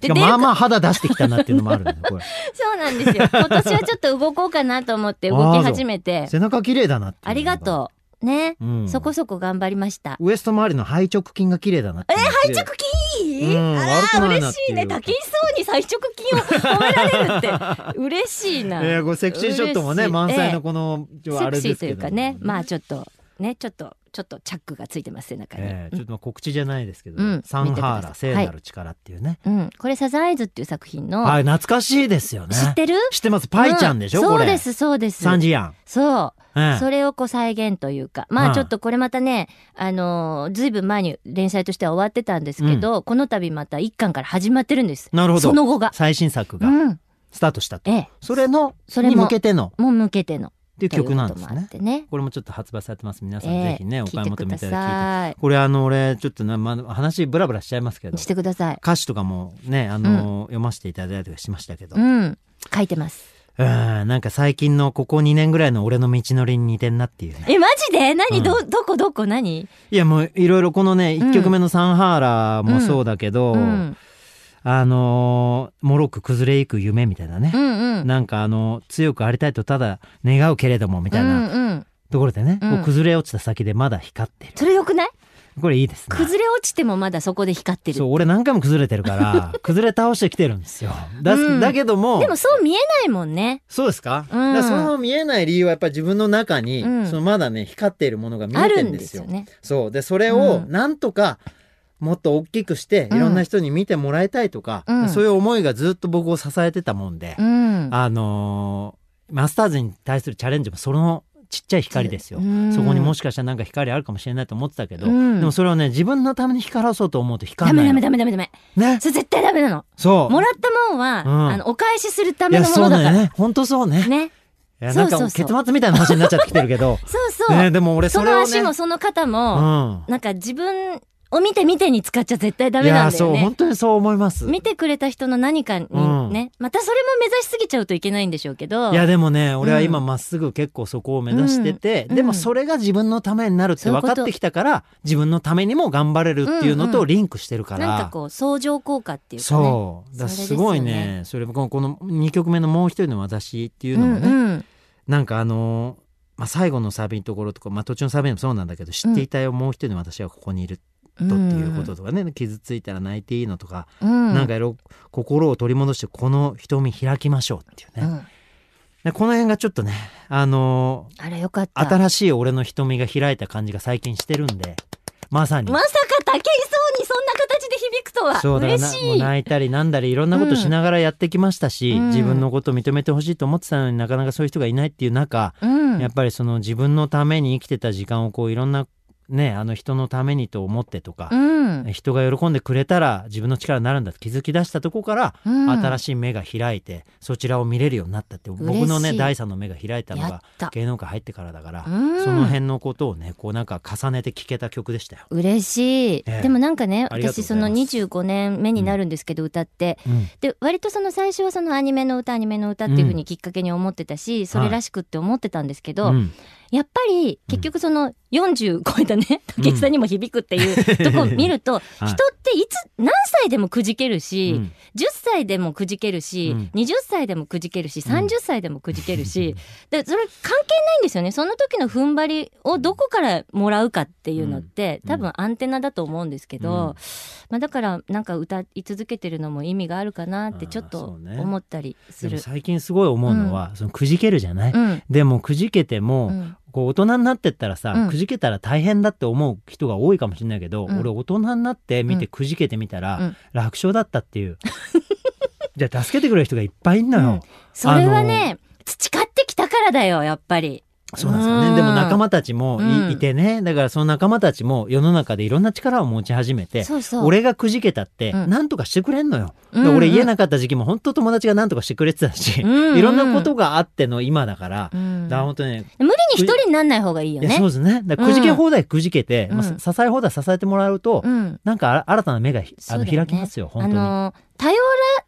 [SPEAKER 2] しか
[SPEAKER 3] で
[SPEAKER 2] もまあまあ肌出してきたなっていうのもあるんだよ これ
[SPEAKER 3] そうなんですよ。 今年はちょっと動こうかなと思って動き始めて。
[SPEAKER 2] 背中綺麗だなっていうのが
[SPEAKER 3] ありがとう。ね、
[SPEAKER 2] うん
[SPEAKER 3] そこそこ頑張りました。
[SPEAKER 2] ウエスト周りの背直筋が綺麗だなってえ背
[SPEAKER 3] 最直筋いい、
[SPEAKER 2] うん
[SPEAKER 3] あ
[SPEAKER 2] 悪く
[SPEAKER 3] ら
[SPEAKER 2] ないなっ
[SPEAKER 3] 嬉
[SPEAKER 2] ていう
[SPEAKER 3] しいね。滝井壮に最直筋を褒められ るって嬉しいな。
[SPEAKER 2] えー、これセクシーショットもね
[SPEAKER 3] 嬉しい
[SPEAKER 2] 満載のこの、
[SPEAKER 3] セ
[SPEAKER 2] あ
[SPEAKER 3] ク
[SPEAKER 2] れ
[SPEAKER 3] シ
[SPEAKER 2] で
[SPEAKER 3] ー
[SPEAKER 2] す
[SPEAKER 3] と
[SPEAKER 2] け
[SPEAKER 3] い
[SPEAKER 2] ど
[SPEAKER 3] うかね、まあちょっとねちょっとちょっとチャックがついてます背中に、
[SPEAKER 2] ええ
[SPEAKER 3] うん
[SPEAKER 2] ちょっとまあ告知じゃないですけど、
[SPEAKER 3] うん
[SPEAKER 2] サンハ
[SPEAKER 3] 見てくだ
[SPEAKER 2] ー
[SPEAKER 3] さ
[SPEAKER 2] ラ
[SPEAKER 3] い
[SPEAKER 2] 聖なる力っていうね、
[SPEAKER 3] うん、これサザンアイズっていう作品の、
[SPEAKER 2] はい、懐かしいですよね
[SPEAKER 3] 知ってる
[SPEAKER 2] 知ってますパイちゃんでしょ、
[SPEAKER 3] う
[SPEAKER 2] これ
[SPEAKER 3] そうですそうです
[SPEAKER 2] サンジヤン、
[SPEAKER 3] そう
[SPEAKER 2] ええ
[SPEAKER 3] それをこう再現というか、ま
[SPEAKER 2] うん
[SPEAKER 3] あちょっとこれまたね、あのー、ずいぶん前に連載としては終わってたんですけど、この度また一巻から始まってるんです。
[SPEAKER 2] なるほど
[SPEAKER 3] その後が。
[SPEAKER 2] 最新作
[SPEAKER 3] う
[SPEAKER 2] が
[SPEAKER 3] ん。
[SPEAKER 2] スタートしたと、
[SPEAKER 3] ええ。
[SPEAKER 2] それの
[SPEAKER 3] それも
[SPEAKER 2] に向けての
[SPEAKER 3] もう向けての。
[SPEAKER 2] っていう曲なんで
[SPEAKER 3] と
[SPEAKER 2] す
[SPEAKER 3] いうこともあっ
[SPEAKER 2] ね
[SPEAKER 3] てね。
[SPEAKER 2] これもちょっと発売されてます皆さん、
[SPEAKER 3] ええ
[SPEAKER 2] ぜひねお
[SPEAKER 3] 聞
[SPEAKER 2] 買
[SPEAKER 3] い
[SPEAKER 2] い
[SPEAKER 3] て
[SPEAKER 2] 求
[SPEAKER 3] く
[SPEAKER 2] め
[SPEAKER 3] だ
[SPEAKER 2] いただいて聞いて
[SPEAKER 3] さい。
[SPEAKER 2] これあの俺ちょっとな、まあ、話ブラブラしちゃいますけど
[SPEAKER 3] してください。
[SPEAKER 2] 歌詞とかもねあの、読ませていただいたりしましたけど、う、
[SPEAKER 3] うんん。書いてます。
[SPEAKER 2] なんか最近のここ2年ぐらいの俺の道のりに似てんなっていうね
[SPEAKER 3] え、マジで何、
[SPEAKER 2] うん
[SPEAKER 3] ど、どこどこ何
[SPEAKER 2] いやもういろいろこのね
[SPEAKER 3] うん
[SPEAKER 2] 1曲目の「サンハーラ」もそうだけど、
[SPEAKER 3] うん。
[SPEAKER 2] あのーもろく崩れゆく夢みたいなね
[SPEAKER 3] う、んうん。
[SPEAKER 2] なんかあの強くありたいとただ願うけれどもみたいな
[SPEAKER 3] うんうん。
[SPEAKER 2] ところでね、
[SPEAKER 3] うん
[SPEAKER 2] こう崩れ落ちた先でまだ光ってる
[SPEAKER 3] それよくない
[SPEAKER 2] これいいですね
[SPEAKER 3] 崩れ落ちてもまだそこで光ってる
[SPEAKER 2] そう。俺何回も崩れてるから 崩れ倒してきてるんですよだす、
[SPEAKER 3] うん
[SPEAKER 2] だけども
[SPEAKER 3] でもそう見えないもんね。
[SPEAKER 2] そうですか,、
[SPEAKER 3] うん
[SPEAKER 2] だからその見えない理由はやっぱり自分の中に、
[SPEAKER 3] うん
[SPEAKER 2] そのまだね光っているものが見
[SPEAKER 3] あ
[SPEAKER 2] えて
[SPEAKER 3] る
[SPEAKER 2] るん
[SPEAKER 3] ん
[SPEAKER 2] で
[SPEAKER 3] ですす
[SPEAKER 2] よ
[SPEAKER 3] よね。
[SPEAKER 2] そうでそれを
[SPEAKER 3] うん
[SPEAKER 2] なんとかもっと大きくして、
[SPEAKER 3] うん
[SPEAKER 2] いろんな人に見てもらいたいとか、
[SPEAKER 3] うん
[SPEAKER 2] そういう思いがずっと僕を支えてたもんで、
[SPEAKER 3] うん。
[SPEAKER 2] あのーマスターズに対するチャレンジもそのちっちゃい光ですよ、
[SPEAKER 3] うん
[SPEAKER 2] そこにもしかしたらなんか光あるかもしれないと思ってたけど、
[SPEAKER 3] うん
[SPEAKER 2] でもそれをね自分のために光らそうと思うと
[SPEAKER 3] ダ
[SPEAKER 2] 光ら
[SPEAKER 3] メ
[SPEAKER 2] ない
[SPEAKER 3] ダ
[SPEAKER 2] の
[SPEAKER 3] メダメダメダメ。
[SPEAKER 2] ね
[SPEAKER 3] それ絶対ダメなの。
[SPEAKER 2] そう
[SPEAKER 3] もらったもんは、
[SPEAKER 2] うん
[SPEAKER 3] あのお返しするた
[SPEAKER 2] い
[SPEAKER 3] め
[SPEAKER 2] や
[SPEAKER 3] のも
[SPEAKER 2] そ
[SPEAKER 3] の
[SPEAKER 2] う
[SPEAKER 3] だ
[SPEAKER 2] だ
[SPEAKER 3] か
[SPEAKER 2] よ
[SPEAKER 3] ら。
[SPEAKER 2] ね本当そうね
[SPEAKER 3] ね。
[SPEAKER 2] いやなんか
[SPEAKER 3] そう
[SPEAKER 2] 結
[SPEAKER 3] そ
[SPEAKER 2] 末
[SPEAKER 3] うそ
[SPEAKER 2] みたいな話になっちゃってきてるけど
[SPEAKER 3] そうそう。
[SPEAKER 2] ねでも俺
[SPEAKER 3] そ
[SPEAKER 2] それを
[SPEAKER 3] の
[SPEAKER 2] ね
[SPEAKER 3] 足もその肩
[SPEAKER 2] う
[SPEAKER 3] も、
[SPEAKER 2] ん
[SPEAKER 3] なんか自分を見て見てに使っちゃ絶対ダメ
[SPEAKER 2] い
[SPEAKER 3] なん
[SPEAKER 2] や
[SPEAKER 3] だよ
[SPEAKER 2] そう
[SPEAKER 3] ね
[SPEAKER 2] 本。当にそう思います
[SPEAKER 3] 見てくれた人の何かにね、またそれも目指しすぎちゃうといけないんでしょうけど。
[SPEAKER 2] いやでもね俺は今
[SPEAKER 3] うん
[SPEAKER 2] まっすぐ結構そこを目指してて、
[SPEAKER 3] うん
[SPEAKER 2] でもそれが自分のためになるって
[SPEAKER 3] そうい
[SPEAKER 2] 分
[SPEAKER 3] うこと
[SPEAKER 2] かってきたから自分のためにも頑張れるっていうの
[SPEAKER 3] うん
[SPEAKER 2] と
[SPEAKER 3] うん
[SPEAKER 2] リンクしてるから、
[SPEAKER 3] なんかこう、相乗効果っていうかね。
[SPEAKER 2] そうだから
[SPEAKER 3] それですすよね
[SPEAKER 2] ごいねそれこのこの2曲目の「もう一人の私」っていうのもね、
[SPEAKER 3] んうん。
[SPEAKER 2] なんかあのーまあ、最後のサビのところとか、まあ、途中のサビでもそうなんだけど知っていたよ、もう一人の私はここにいるとっていうこととかね、傷ついたら泣いていいのとか、
[SPEAKER 3] うん。
[SPEAKER 2] なんかいろいろ心を取り戻してこの瞳開きましょうっていう
[SPEAKER 3] う
[SPEAKER 2] ね、
[SPEAKER 3] ん、
[SPEAKER 2] でこの辺がちょっとねあの
[SPEAKER 3] あれよかっ
[SPEAKER 2] ー
[SPEAKER 3] た。
[SPEAKER 2] 新しい俺の瞳が開いた感じが最近してるんでまさに。
[SPEAKER 3] まさか武井壮にそんな形で響くとは。
[SPEAKER 2] そうだから
[SPEAKER 3] 嬉
[SPEAKER 2] なも
[SPEAKER 3] し
[SPEAKER 2] う
[SPEAKER 3] い。
[SPEAKER 2] 泣いたりなんだりいろんなことしながらやってきましたし、
[SPEAKER 3] うん
[SPEAKER 2] 自分のことを認めてほしいと思ってたのになかなかそういう人がいないっていう中、
[SPEAKER 3] うん
[SPEAKER 2] やっぱりその自分のために生きてた時間をこういろんなねあの人のためにと思ってとか
[SPEAKER 3] う、ん。
[SPEAKER 2] 人が喜んでくれたら自分の力になるんだって気づき出したとこから、新
[SPEAKER 3] し
[SPEAKER 2] しい目が開いてそちらを見れるようになったって僕
[SPEAKER 3] 嬉しい
[SPEAKER 2] のね第三の目が開いたの
[SPEAKER 3] や
[SPEAKER 2] が
[SPEAKER 3] った。
[SPEAKER 2] 芸能界入ってからだから、
[SPEAKER 3] うん
[SPEAKER 2] その辺のことをねこうなんか重ねて聴けた曲でしたよ。
[SPEAKER 3] 嬉しい、
[SPEAKER 2] ええ
[SPEAKER 3] でもなんかね
[SPEAKER 2] ありがとう
[SPEAKER 3] 私
[SPEAKER 2] ござ
[SPEAKER 3] そ
[SPEAKER 2] います
[SPEAKER 3] の25年目になるんですけど、歌って
[SPEAKER 2] うん
[SPEAKER 3] で割とその最初はそのアニメの歌アニメの歌っていうふうにきっかけに思ってたし、それらしくって思ってたんですけど、
[SPEAKER 2] うん
[SPEAKER 3] やっぱり結局その40超えたね 武井さんにも響くっていうとこを見ると、人っていつ何歳でもくじけるし、
[SPEAKER 2] うん
[SPEAKER 3] 10歳でもくじけるし、
[SPEAKER 2] うん
[SPEAKER 3] 20歳でもくじけるし
[SPEAKER 2] うん
[SPEAKER 3] 30歳でもくじけるし、でそれ関係ないんですよねその時の踏ん張りをどこからもらうかっていうのって、
[SPEAKER 2] うん
[SPEAKER 3] 多分アンテナだと思うんですけど、
[SPEAKER 2] うん
[SPEAKER 3] まあ、だからなんか歌い続けてるのも意味があるかなってちょっ
[SPEAKER 2] あーそ
[SPEAKER 3] と
[SPEAKER 2] うね
[SPEAKER 3] 思ったりす
[SPEAKER 2] でも
[SPEAKER 3] る。
[SPEAKER 2] 最近すごい思うのは、そのくじけるじゃない、
[SPEAKER 3] うん
[SPEAKER 2] でもくじけても、
[SPEAKER 3] うん
[SPEAKER 2] こう大人になってったらさ、
[SPEAKER 3] うん
[SPEAKER 2] くじけたら大変だって思う人が多いかもしれないけど、
[SPEAKER 3] うん
[SPEAKER 2] 俺大人になって見て
[SPEAKER 3] うん
[SPEAKER 2] くじけてみたら、
[SPEAKER 3] うん
[SPEAKER 2] 楽勝だったっていう じゃあ助けてくれる人がいっぱいいんのよ、
[SPEAKER 3] それはね、培ってきたからだよやっぱり。
[SPEAKER 2] そうなんですよ
[SPEAKER 3] う
[SPEAKER 2] ね
[SPEAKER 3] ん
[SPEAKER 2] でも仲間たちもい,、
[SPEAKER 3] うん
[SPEAKER 2] てねだからその仲間たちも世の中でいろんな力を持ち始めて
[SPEAKER 3] そうそう
[SPEAKER 2] 俺がくじけたって
[SPEAKER 3] うん
[SPEAKER 2] なんとかしてくれんのよ、
[SPEAKER 3] うん
[SPEAKER 2] で
[SPEAKER 3] うん
[SPEAKER 2] 俺言えなかった時期も本当友達がなんとかしてくれてたし、
[SPEAKER 3] うんうん
[SPEAKER 2] いろんなことがあっての今だから、
[SPEAKER 3] うん
[SPEAKER 2] だから本当にね
[SPEAKER 3] 無理に一人になんない方がいいよ
[SPEAKER 2] いや
[SPEAKER 3] ね
[SPEAKER 2] そう。ですね。だからくじけ放題くじけて、
[SPEAKER 3] うん
[SPEAKER 2] まあ、さ支え放題支えてもらうと、
[SPEAKER 3] うん
[SPEAKER 2] なんかあら新たな目がひあ
[SPEAKER 3] そう
[SPEAKER 2] の
[SPEAKER 3] だよね
[SPEAKER 2] 開きますよ、
[SPEAKER 3] あ
[SPEAKER 2] 本当に。あ
[SPEAKER 3] の頼ら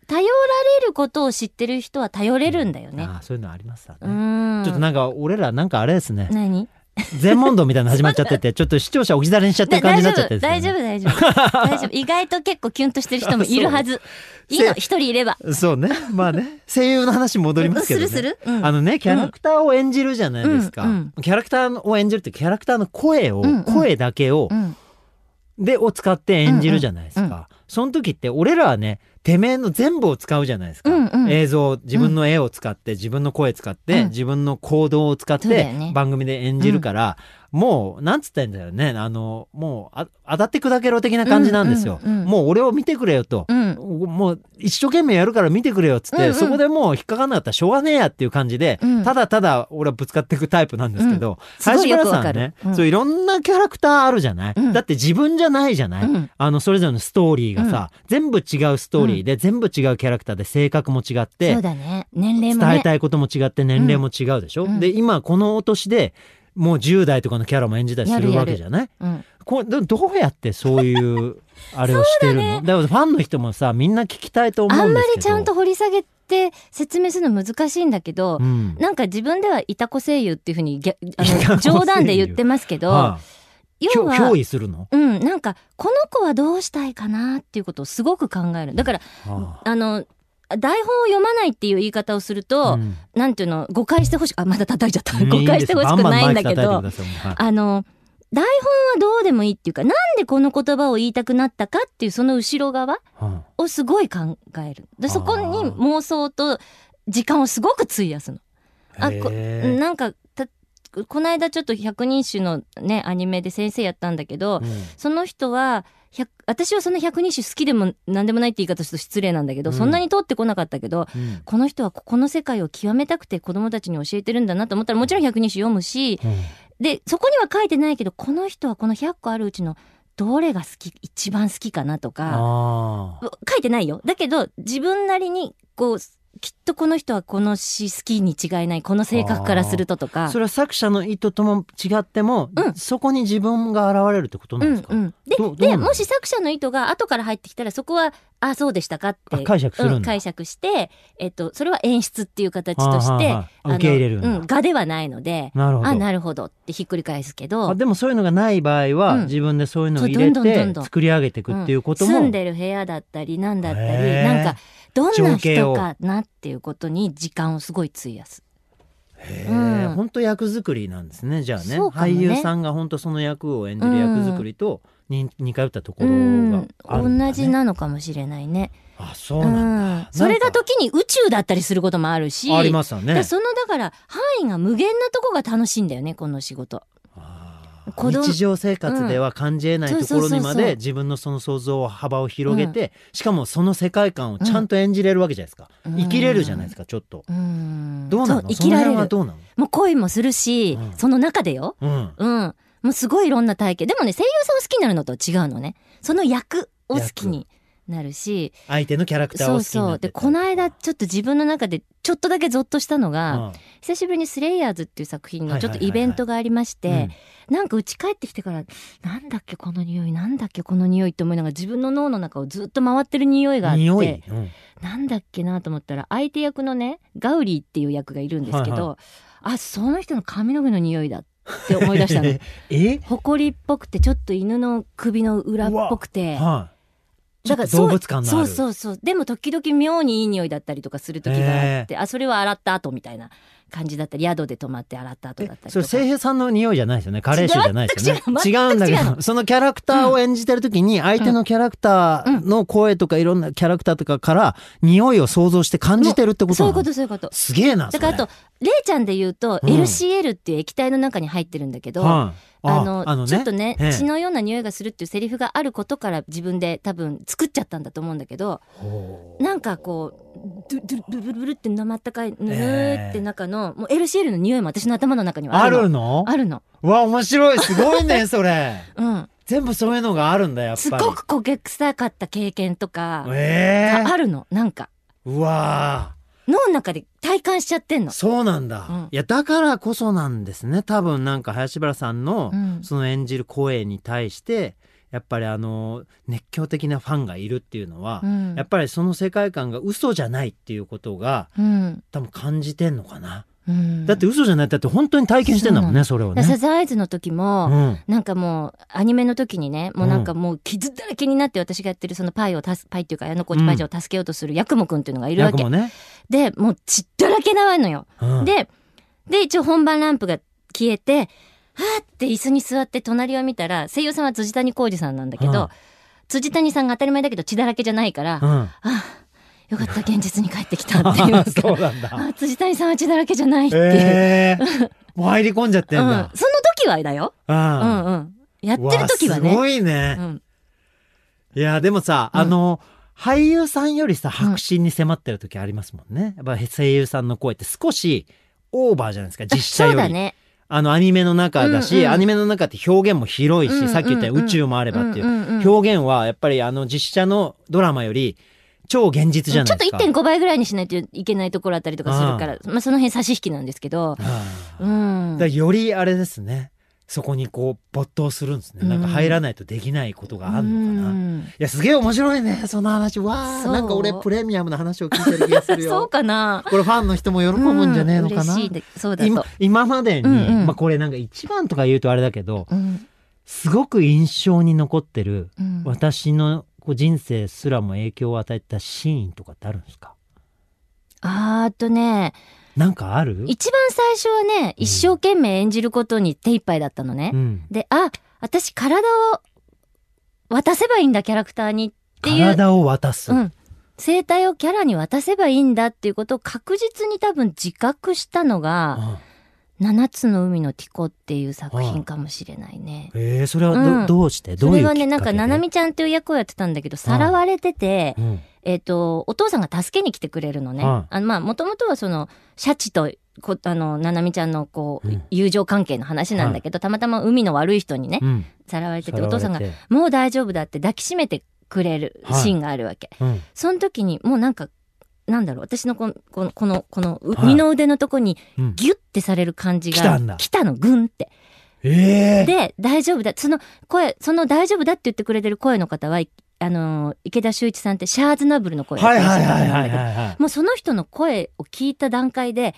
[SPEAKER 3] 頼られることを知ってる人は頼れるんだよね。
[SPEAKER 2] あそういうのありますよね。
[SPEAKER 3] うん。
[SPEAKER 2] ちょっとなんか俺らなんかあれですね
[SPEAKER 3] 何？
[SPEAKER 2] 全問答みたいなの始まっちゃって てちょっと視聴者置き去りにしちゃってる感じになっちゃってるんですけど
[SPEAKER 3] 大
[SPEAKER 2] ね
[SPEAKER 3] 丈夫大丈夫 大丈夫大丈夫意外と結構キュンとしてる人もいるはず。いいの一人いれば。
[SPEAKER 2] そうねまあ ね声優の話戻りますけどね
[SPEAKER 3] するする。うん
[SPEAKER 2] あのねキャラクターを演じるじゃないですか、
[SPEAKER 3] うんうん
[SPEAKER 2] キャラクターを演じるってキャラクターの声を、
[SPEAKER 3] うんうん
[SPEAKER 2] 声だけを、
[SPEAKER 3] うん
[SPEAKER 2] でを使って演じるじゃないですか、
[SPEAKER 3] うんうん
[SPEAKER 2] その時って俺らはねてめえの全部を使うじゃないですか、
[SPEAKER 3] うんうん
[SPEAKER 2] 映像自分の絵を使って、自分の声使って、
[SPEAKER 3] うん
[SPEAKER 2] 自分の行動を使っ
[SPEAKER 3] そうだよ
[SPEAKER 2] て、
[SPEAKER 3] ね
[SPEAKER 2] 番組で演じるから、もうなんつったらいいんだろうねあのもうあ当たって砕けろ的な感じなんですよ、
[SPEAKER 3] うんうんうん
[SPEAKER 2] もう俺を見てくれよと、
[SPEAKER 3] うん
[SPEAKER 2] もう一生懸命やるから見てくれよっつって、
[SPEAKER 3] うんうん
[SPEAKER 2] そこでもう引っかかんなかったらしょうがねえやっていう感じで、
[SPEAKER 3] うん
[SPEAKER 2] ただただ俺はぶつかっていくタイプなんですけど、
[SPEAKER 3] すご
[SPEAKER 2] 林
[SPEAKER 3] いよ
[SPEAKER 2] 原
[SPEAKER 3] くわ
[SPEAKER 2] さ
[SPEAKER 3] か
[SPEAKER 2] ん
[SPEAKER 3] る
[SPEAKER 2] ね、
[SPEAKER 3] うん
[SPEAKER 2] そういろんなキャラクターあるじゃない、
[SPEAKER 3] うん
[SPEAKER 2] だって自分じゃないじゃない、
[SPEAKER 3] うん
[SPEAKER 2] あのそれぞれのストーリーがさ、全部違うストーリーで、全部違うキャラクターで性格も違って、
[SPEAKER 3] そうだね年齢も
[SPEAKER 2] 伝え
[SPEAKER 3] ね
[SPEAKER 2] たいことも違って年齢も違うでしょ、
[SPEAKER 3] うん
[SPEAKER 2] で今このお年でもう10代とかのキャラも演じたりす
[SPEAKER 3] やる
[SPEAKER 2] る
[SPEAKER 3] やる
[SPEAKER 2] わけじゃない
[SPEAKER 3] うん
[SPEAKER 2] これどどうやってそういうあれをしてるのだ,、からファンの人もさみんな聞きたいと思
[SPEAKER 3] あ
[SPEAKER 2] うんで
[SPEAKER 3] んますり
[SPEAKER 2] け
[SPEAKER 3] ち
[SPEAKER 2] ど
[SPEAKER 3] ゃんと、掘り下げて説明するの難しいんだけど
[SPEAKER 2] う、ん、
[SPEAKER 3] なんか自分ではいたこ声優っていうふうにぎゃあ
[SPEAKER 2] いたこ
[SPEAKER 3] の
[SPEAKER 2] 声優
[SPEAKER 3] 冗談で言ってますけど、
[SPEAKER 2] はあ
[SPEAKER 3] 要は
[SPEAKER 2] 憑憑依するの、
[SPEAKER 3] うん、なんかこの子はどうしたいかなっていうことをすごく考えるだから
[SPEAKER 2] は
[SPEAKER 3] あの台本を読まないっていう言い方をする
[SPEAKER 2] あ
[SPEAKER 3] と、
[SPEAKER 2] うん
[SPEAKER 3] なんていうの誤解してほしくあまだ叩いちゃった誤
[SPEAKER 2] いいん
[SPEAKER 3] 解
[SPEAKER 2] で
[SPEAKER 3] し
[SPEAKER 2] す
[SPEAKER 3] てほしくないんだけど
[SPEAKER 2] バンバンマイク叩いてくださいもうはい
[SPEAKER 3] あの台本はどうでもいいっていうかなんでこの言葉を言いたくなったかっていうその後ろ側
[SPEAKER 2] は
[SPEAKER 3] をすごい考えるでそこに妄想と時間をすごく費やすの。
[SPEAKER 2] あ
[SPEAKER 3] あこ
[SPEAKER 2] へえ
[SPEAKER 3] なんかたこの間ちょっと百人種のねアニメで先生やったんだけど、
[SPEAKER 2] うん
[SPEAKER 3] その人は100私はその百人種好きでも何でもないって言い方すると失礼なんだけど、
[SPEAKER 2] うん
[SPEAKER 3] そんなに通ってこなかったけど
[SPEAKER 2] うん
[SPEAKER 3] この人はここの世界を極めたくて子供たちに教えてるんだなと思ったらもちろん百人種読むし
[SPEAKER 2] うん
[SPEAKER 3] でそこには書いてないけどこの人はこの100個あるうちのどれが好き一番好きかなとか
[SPEAKER 2] あ
[SPEAKER 3] 書いてないよだけど自分なりにこうきっとこの人はこの詩好きに違いないこの性格からするとと
[SPEAKER 2] あ
[SPEAKER 3] か
[SPEAKER 2] そ。れは作者の意図とも違っても、
[SPEAKER 3] うん
[SPEAKER 2] そこに自分が現れるってこと
[SPEAKER 3] う
[SPEAKER 2] なんで
[SPEAKER 3] ん
[SPEAKER 2] すか、
[SPEAKER 3] うん、で
[SPEAKER 2] どうどう
[SPEAKER 3] で
[SPEAKER 2] なの
[SPEAKER 3] もし作者の意図が後から入ってきたらそこは「あそうでしたか」っ
[SPEAKER 2] あ
[SPEAKER 3] て
[SPEAKER 2] 解釈するんだ、
[SPEAKER 3] うん、解釈して、えっと、それは演出っていう形として
[SPEAKER 2] はいはいはいあ
[SPEAKER 3] あの
[SPEAKER 2] 受け入れるんだ
[SPEAKER 3] うん、画ではないので
[SPEAKER 2] なるほど
[SPEAKER 3] あなるほどってひっくり返すけ
[SPEAKER 2] あ
[SPEAKER 3] ど
[SPEAKER 2] でもそういうのがない場合は、
[SPEAKER 3] うん
[SPEAKER 2] 自分でそういうのを
[SPEAKER 3] そう
[SPEAKER 2] 入れ
[SPEAKER 3] どんどんどん
[SPEAKER 2] て
[SPEAKER 3] どん
[SPEAKER 2] 作り上げていくっていうことも、
[SPEAKER 3] うん住んでる部屋だったりなんだったり
[SPEAKER 2] へー
[SPEAKER 3] なんかどんな
[SPEAKER 2] 情景を
[SPEAKER 3] 人かなっていうことに時間をすごい費やす。
[SPEAKER 2] へ
[SPEAKER 3] う
[SPEAKER 2] え
[SPEAKER 3] ん
[SPEAKER 2] 本当役作りなんですねじゃあね
[SPEAKER 3] そうかもね
[SPEAKER 2] 俳優さんが本当その役を演じる役作りとに、似通ったとこ
[SPEAKER 3] う
[SPEAKER 2] ろが
[SPEAKER 3] ん
[SPEAKER 2] あるんだ、ね、
[SPEAKER 3] 同じなのかもしれないね。
[SPEAKER 2] あそうなんだ、
[SPEAKER 3] うんそれが時に宇宙だったりすることもあるし
[SPEAKER 2] ありますよ
[SPEAKER 3] だか
[SPEAKER 2] ね
[SPEAKER 3] らそのだから範囲が無限なとこが楽しいんだよねこの仕事。
[SPEAKER 2] あー
[SPEAKER 3] 子供
[SPEAKER 2] 日常生活では感じえない
[SPEAKER 3] うん
[SPEAKER 2] ところに
[SPEAKER 3] そうそ
[SPEAKER 2] ま
[SPEAKER 3] うそうそう
[SPEAKER 2] で自分のその想像を幅を広げて、しかもその世界観をちゃんと演じれるわけじゃないですか、
[SPEAKER 3] うん
[SPEAKER 2] 生きれるじゃないですかちょっと
[SPEAKER 3] うん
[SPEAKER 2] どうなの
[SPEAKER 3] そ
[SPEAKER 2] そう
[SPEAKER 3] 生きら
[SPEAKER 2] の辺
[SPEAKER 3] れ
[SPEAKER 2] は
[SPEAKER 3] る
[SPEAKER 2] どうなの
[SPEAKER 3] もう恋もするし、
[SPEAKER 2] うん
[SPEAKER 3] その中でよ。
[SPEAKER 2] うん
[SPEAKER 3] うん。もうすごいいろんな体験。でもね、声優さんを好きになるのとは違うのね。その役を好きになるし。
[SPEAKER 2] 相手のキャラクター
[SPEAKER 3] そ
[SPEAKER 2] を好
[SPEAKER 3] う
[SPEAKER 2] きに
[SPEAKER 3] そ
[SPEAKER 2] な
[SPEAKER 3] う。
[SPEAKER 2] って
[SPEAKER 3] で、
[SPEAKER 2] った
[SPEAKER 3] この間ちょっと自分の中でちょっとだけゾッとしたの
[SPEAKER 2] う
[SPEAKER 3] が、
[SPEAKER 2] ん
[SPEAKER 3] 久しぶりにスレイヤーズっていう作品の
[SPEAKER 2] はい
[SPEAKER 3] ち
[SPEAKER 2] はい
[SPEAKER 3] ょ
[SPEAKER 2] は
[SPEAKER 3] っ
[SPEAKER 2] いはい
[SPEAKER 3] とイベントがありまし
[SPEAKER 2] うん
[SPEAKER 3] て、なんか家帰ってきてから、なんだっけこの匂い、なんだっけこの匂いって思いながら自分の脳の中をずっと回ってる匂いがあって。
[SPEAKER 2] 匂い、うん
[SPEAKER 3] なんだっけなと思ったら相手役のねガウリーっていう役がいるんですけど、
[SPEAKER 2] はい
[SPEAKER 3] あその人の髪の毛の匂いだって思い出したの
[SPEAKER 2] え
[SPEAKER 3] ほこりっぽくてちょっと犬の首の裏っぽくて
[SPEAKER 2] は
[SPEAKER 3] だ
[SPEAKER 2] ちょっと動物感のある
[SPEAKER 3] そうそうそうでも時々妙にいい匂いだったりとかする時があってあそれは洗った後みたいな感じだったり宿で泊まって洗った後
[SPEAKER 2] い
[SPEAKER 3] だっ。た
[SPEAKER 2] え
[SPEAKER 3] り
[SPEAKER 2] そ
[SPEAKER 3] と
[SPEAKER 2] れ、
[SPEAKER 3] か
[SPEAKER 2] 清平さんの匂いじゃないですよね。加齢臭じゃないですよね。
[SPEAKER 3] 違
[SPEAKER 2] 違
[SPEAKER 3] う
[SPEAKER 2] うんだけ
[SPEAKER 3] 全く違う
[SPEAKER 2] ど、そのキャラクターを演じてる時に、相手のキャラクターの声とかいろんなキャラクターとかから、匂いを想像して感じてるってこと
[SPEAKER 3] そう
[SPEAKER 2] な
[SPEAKER 3] いうこ
[SPEAKER 2] の
[SPEAKER 3] とそういうこと
[SPEAKER 2] すげえな、
[SPEAKER 3] だからあ
[SPEAKER 2] それ
[SPEAKER 3] とレイちゃんで言うと
[SPEAKER 2] うん
[SPEAKER 3] LCL っていう液体の中に入ってるんだけど、
[SPEAKER 2] はい
[SPEAKER 3] あのちょっとね
[SPEAKER 2] ええ
[SPEAKER 3] 血のような匂いがするっていうセリフがあることから自分で多分作っちゃったんだと思うんだけど
[SPEAKER 2] ほう
[SPEAKER 3] なんかこうドゥドゥドゥブルブルって生ったかいぬる
[SPEAKER 2] ええ
[SPEAKER 3] ーって中の、もう LCL の匂いも私の頭の中には
[SPEAKER 2] あ
[SPEAKER 3] あるの
[SPEAKER 2] るの
[SPEAKER 3] あるの
[SPEAKER 2] わ、面白い。すごいね、それ。
[SPEAKER 3] うん
[SPEAKER 2] 全部そういうのがあるんだ、やっぱり。
[SPEAKER 3] すっごく焦げ臭かった経験とか、
[SPEAKER 2] ええ
[SPEAKER 3] ああるのなんか
[SPEAKER 2] うわー
[SPEAKER 3] 脳の中で体感しちゃってんの
[SPEAKER 2] そうなんだ、
[SPEAKER 3] うん
[SPEAKER 2] いやだからこそなんですね多分なんか林原さんの、
[SPEAKER 3] うん
[SPEAKER 2] その演じる声に対してやっぱりあの熱狂的なファンがいるっていうのは、
[SPEAKER 3] うん
[SPEAKER 2] やっぱりその世界観が嘘じゃないっていうことが
[SPEAKER 3] うん
[SPEAKER 2] 多分感じてんのかな、
[SPEAKER 3] うん
[SPEAKER 2] だって嘘じゃないだって本当に体験してんだもんねそれを
[SPEAKER 3] だからサ
[SPEAKER 2] ね。
[SPEAKER 3] ザンアイズの時も、
[SPEAKER 2] うん
[SPEAKER 3] なんかもうアニメの時にねもうなんかもう傷だらけになって私がやってるそのパイをたすパイっていうかあの子にパイちゃんを助けようとするヤクモくんっていうのがいるわ
[SPEAKER 2] 役
[SPEAKER 3] け、
[SPEAKER 2] もね、
[SPEAKER 3] でもう血だらけなわのよ、
[SPEAKER 2] うん、
[SPEAKER 3] でで一応本番ランプが消えてはーって椅子に座って隣を見たら声優さんは辻谷浩二さんなんだけど、
[SPEAKER 2] うん
[SPEAKER 3] 辻谷さんが当たり前だけど血だらけじゃないから、
[SPEAKER 2] う
[SPEAKER 3] あ
[SPEAKER 2] ん。
[SPEAKER 3] よかった現実に帰ってきたって言いますか
[SPEAKER 2] そうなんだ。
[SPEAKER 3] あ辻谷さんは血だらけじゃないっていう、
[SPEAKER 2] ええもう入り込んじゃってん
[SPEAKER 3] うん、そ
[SPEAKER 2] だ
[SPEAKER 3] の。時はだよ、
[SPEAKER 2] う。
[SPEAKER 3] うんんうん、やってる時
[SPEAKER 2] うわ
[SPEAKER 3] は
[SPEAKER 2] す
[SPEAKER 3] ね
[SPEAKER 2] ごいね。
[SPEAKER 3] うん、
[SPEAKER 2] いや、でもさ、
[SPEAKER 3] うん
[SPEAKER 2] あの、俳優さんよりさ、白真に迫ってる時ありますもんね。やっぱ声優さんの声って少しオーバーじゃないですか、実写
[SPEAKER 3] そ
[SPEAKER 2] よ
[SPEAKER 3] う
[SPEAKER 2] り。
[SPEAKER 3] だね
[SPEAKER 2] あの、アニメの中だし、
[SPEAKER 3] うんうん
[SPEAKER 2] アニメの中って表現も広いし、
[SPEAKER 3] うんうんうん
[SPEAKER 2] さっき言ったように宇宙もあれ
[SPEAKER 3] う
[SPEAKER 2] ば
[SPEAKER 3] ん
[SPEAKER 2] っていうう。
[SPEAKER 3] んうん
[SPEAKER 2] 表現は、やっぱりあの、実写のドラマより、超現実じゃ
[SPEAKER 3] ち
[SPEAKER 2] な
[SPEAKER 3] ょ
[SPEAKER 2] いで
[SPEAKER 3] っと
[SPEAKER 2] すか。
[SPEAKER 3] 1.5倍ぐらいにしないといけないところあったりとかするから、まあその辺差し引きなんですけど、
[SPEAKER 2] はあ
[SPEAKER 3] うん
[SPEAKER 2] だから。よりあれですね。そこにこう、没頭するんですね。なんか入らないとできないことがあるのかな。
[SPEAKER 3] うん
[SPEAKER 2] いや、すげえ面白いね、その話。わあ、
[SPEAKER 3] そう
[SPEAKER 2] なんか俺、プレミアムな話を聞いてる気がするよ。
[SPEAKER 3] そうかな。
[SPEAKER 2] これファンの人も喜ぶんじゃねえのかな。
[SPEAKER 3] うん嬉しいでそうだ
[SPEAKER 2] 今
[SPEAKER 3] と。
[SPEAKER 2] 今までに、
[SPEAKER 3] うんうん
[SPEAKER 2] まあこれなんか一番とか言うとあれだけど、
[SPEAKER 3] うん
[SPEAKER 2] すごく印象に残ってる、
[SPEAKER 3] うん
[SPEAKER 2] 私のこう人生すらも影響を与えたシーンとかってあるんですか
[SPEAKER 3] あーっとね、
[SPEAKER 2] なんかある
[SPEAKER 3] 一番最初はね、一生懸命演じることに手一杯だったのね
[SPEAKER 2] う。ん。
[SPEAKER 3] で、あ、私体を渡せばいいんだ、キャラクターにっていう。
[SPEAKER 2] 体を渡す。
[SPEAKER 3] うん。生態をキャラに渡せばいいんだっていうことを確実に多分自覚したのが、
[SPEAKER 2] うん
[SPEAKER 3] 七つの海のティコっていう作品かもしれないね。
[SPEAKER 2] えー、それはど,、
[SPEAKER 3] うん
[SPEAKER 2] どうしてど
[SPEAKER 3] そう
[SPEAKER 2] いうきっ
[SPEAKER 3] れは
[SPEAKER 2] かけで
[SPEAKER 3] ね、なんか、ななみちゃんっていう役をやってたんだけど、さらわれてて、
[SPEAKER 2] うん。
[SPEAKER 3] えっ、と、お父さんが助けに来てくれるのね。
[SPEAKER 2] は
[SPEAKER 3] あの、まあ、もともとはその、シャチと、こあの、ななみちゃんの、こう、
[SPEAKER 2] うん
[SPEAKER 3] 友情関係の話なんだけど、たまたま海の悪い人にね
[SPEAKER 2] う、ん。
[SPEAKER 3] さらわれてて、お父さんが
[SPEAKER 2] さ、らわれて
[SPEAKER 3] もう大丈夫だって抱きしめてくれる
[SPEAKER 2] はい
[SPEAKER 3] シーンがあるわけ。
[SPEAKER 2] うん。
[SPEAKER 3] その時に、もうなんか、なんだろう、私のこの、この、この、この、う
[SPEAKER 2] はい
[SPEAKER 3] 二の腕のとこに、
[SPEAKER 2] うん、
[SPEAKER 3] ギュッてされる感じが、
[SPEAKER 2] 来たんだ
[SPEAKER 3] 来たの、グンって。
[SPEAKER 2] えー、
[SPEAKER 3] で、大丈夫だ。その声、その大丈夫だって言ってくれてる声の方は、いあのー、池田修一さんってシャーズナブルの声だっ
[SPEAKER 2] は
[SPEAKER 3] た
[SPEAKER 2] い
[SPEAKER 3] り
[SPEAKER 2] はい
[SPEAKER 3] する
[SPEAKER 2] はい
[SPEAKER 3] ん
[SPEAKER 2] はい
[SPEAKER 3] だけど
[SPEAKER 2] はいはい。
[SPEAKER 3] もうその人の声を聞いた段階で、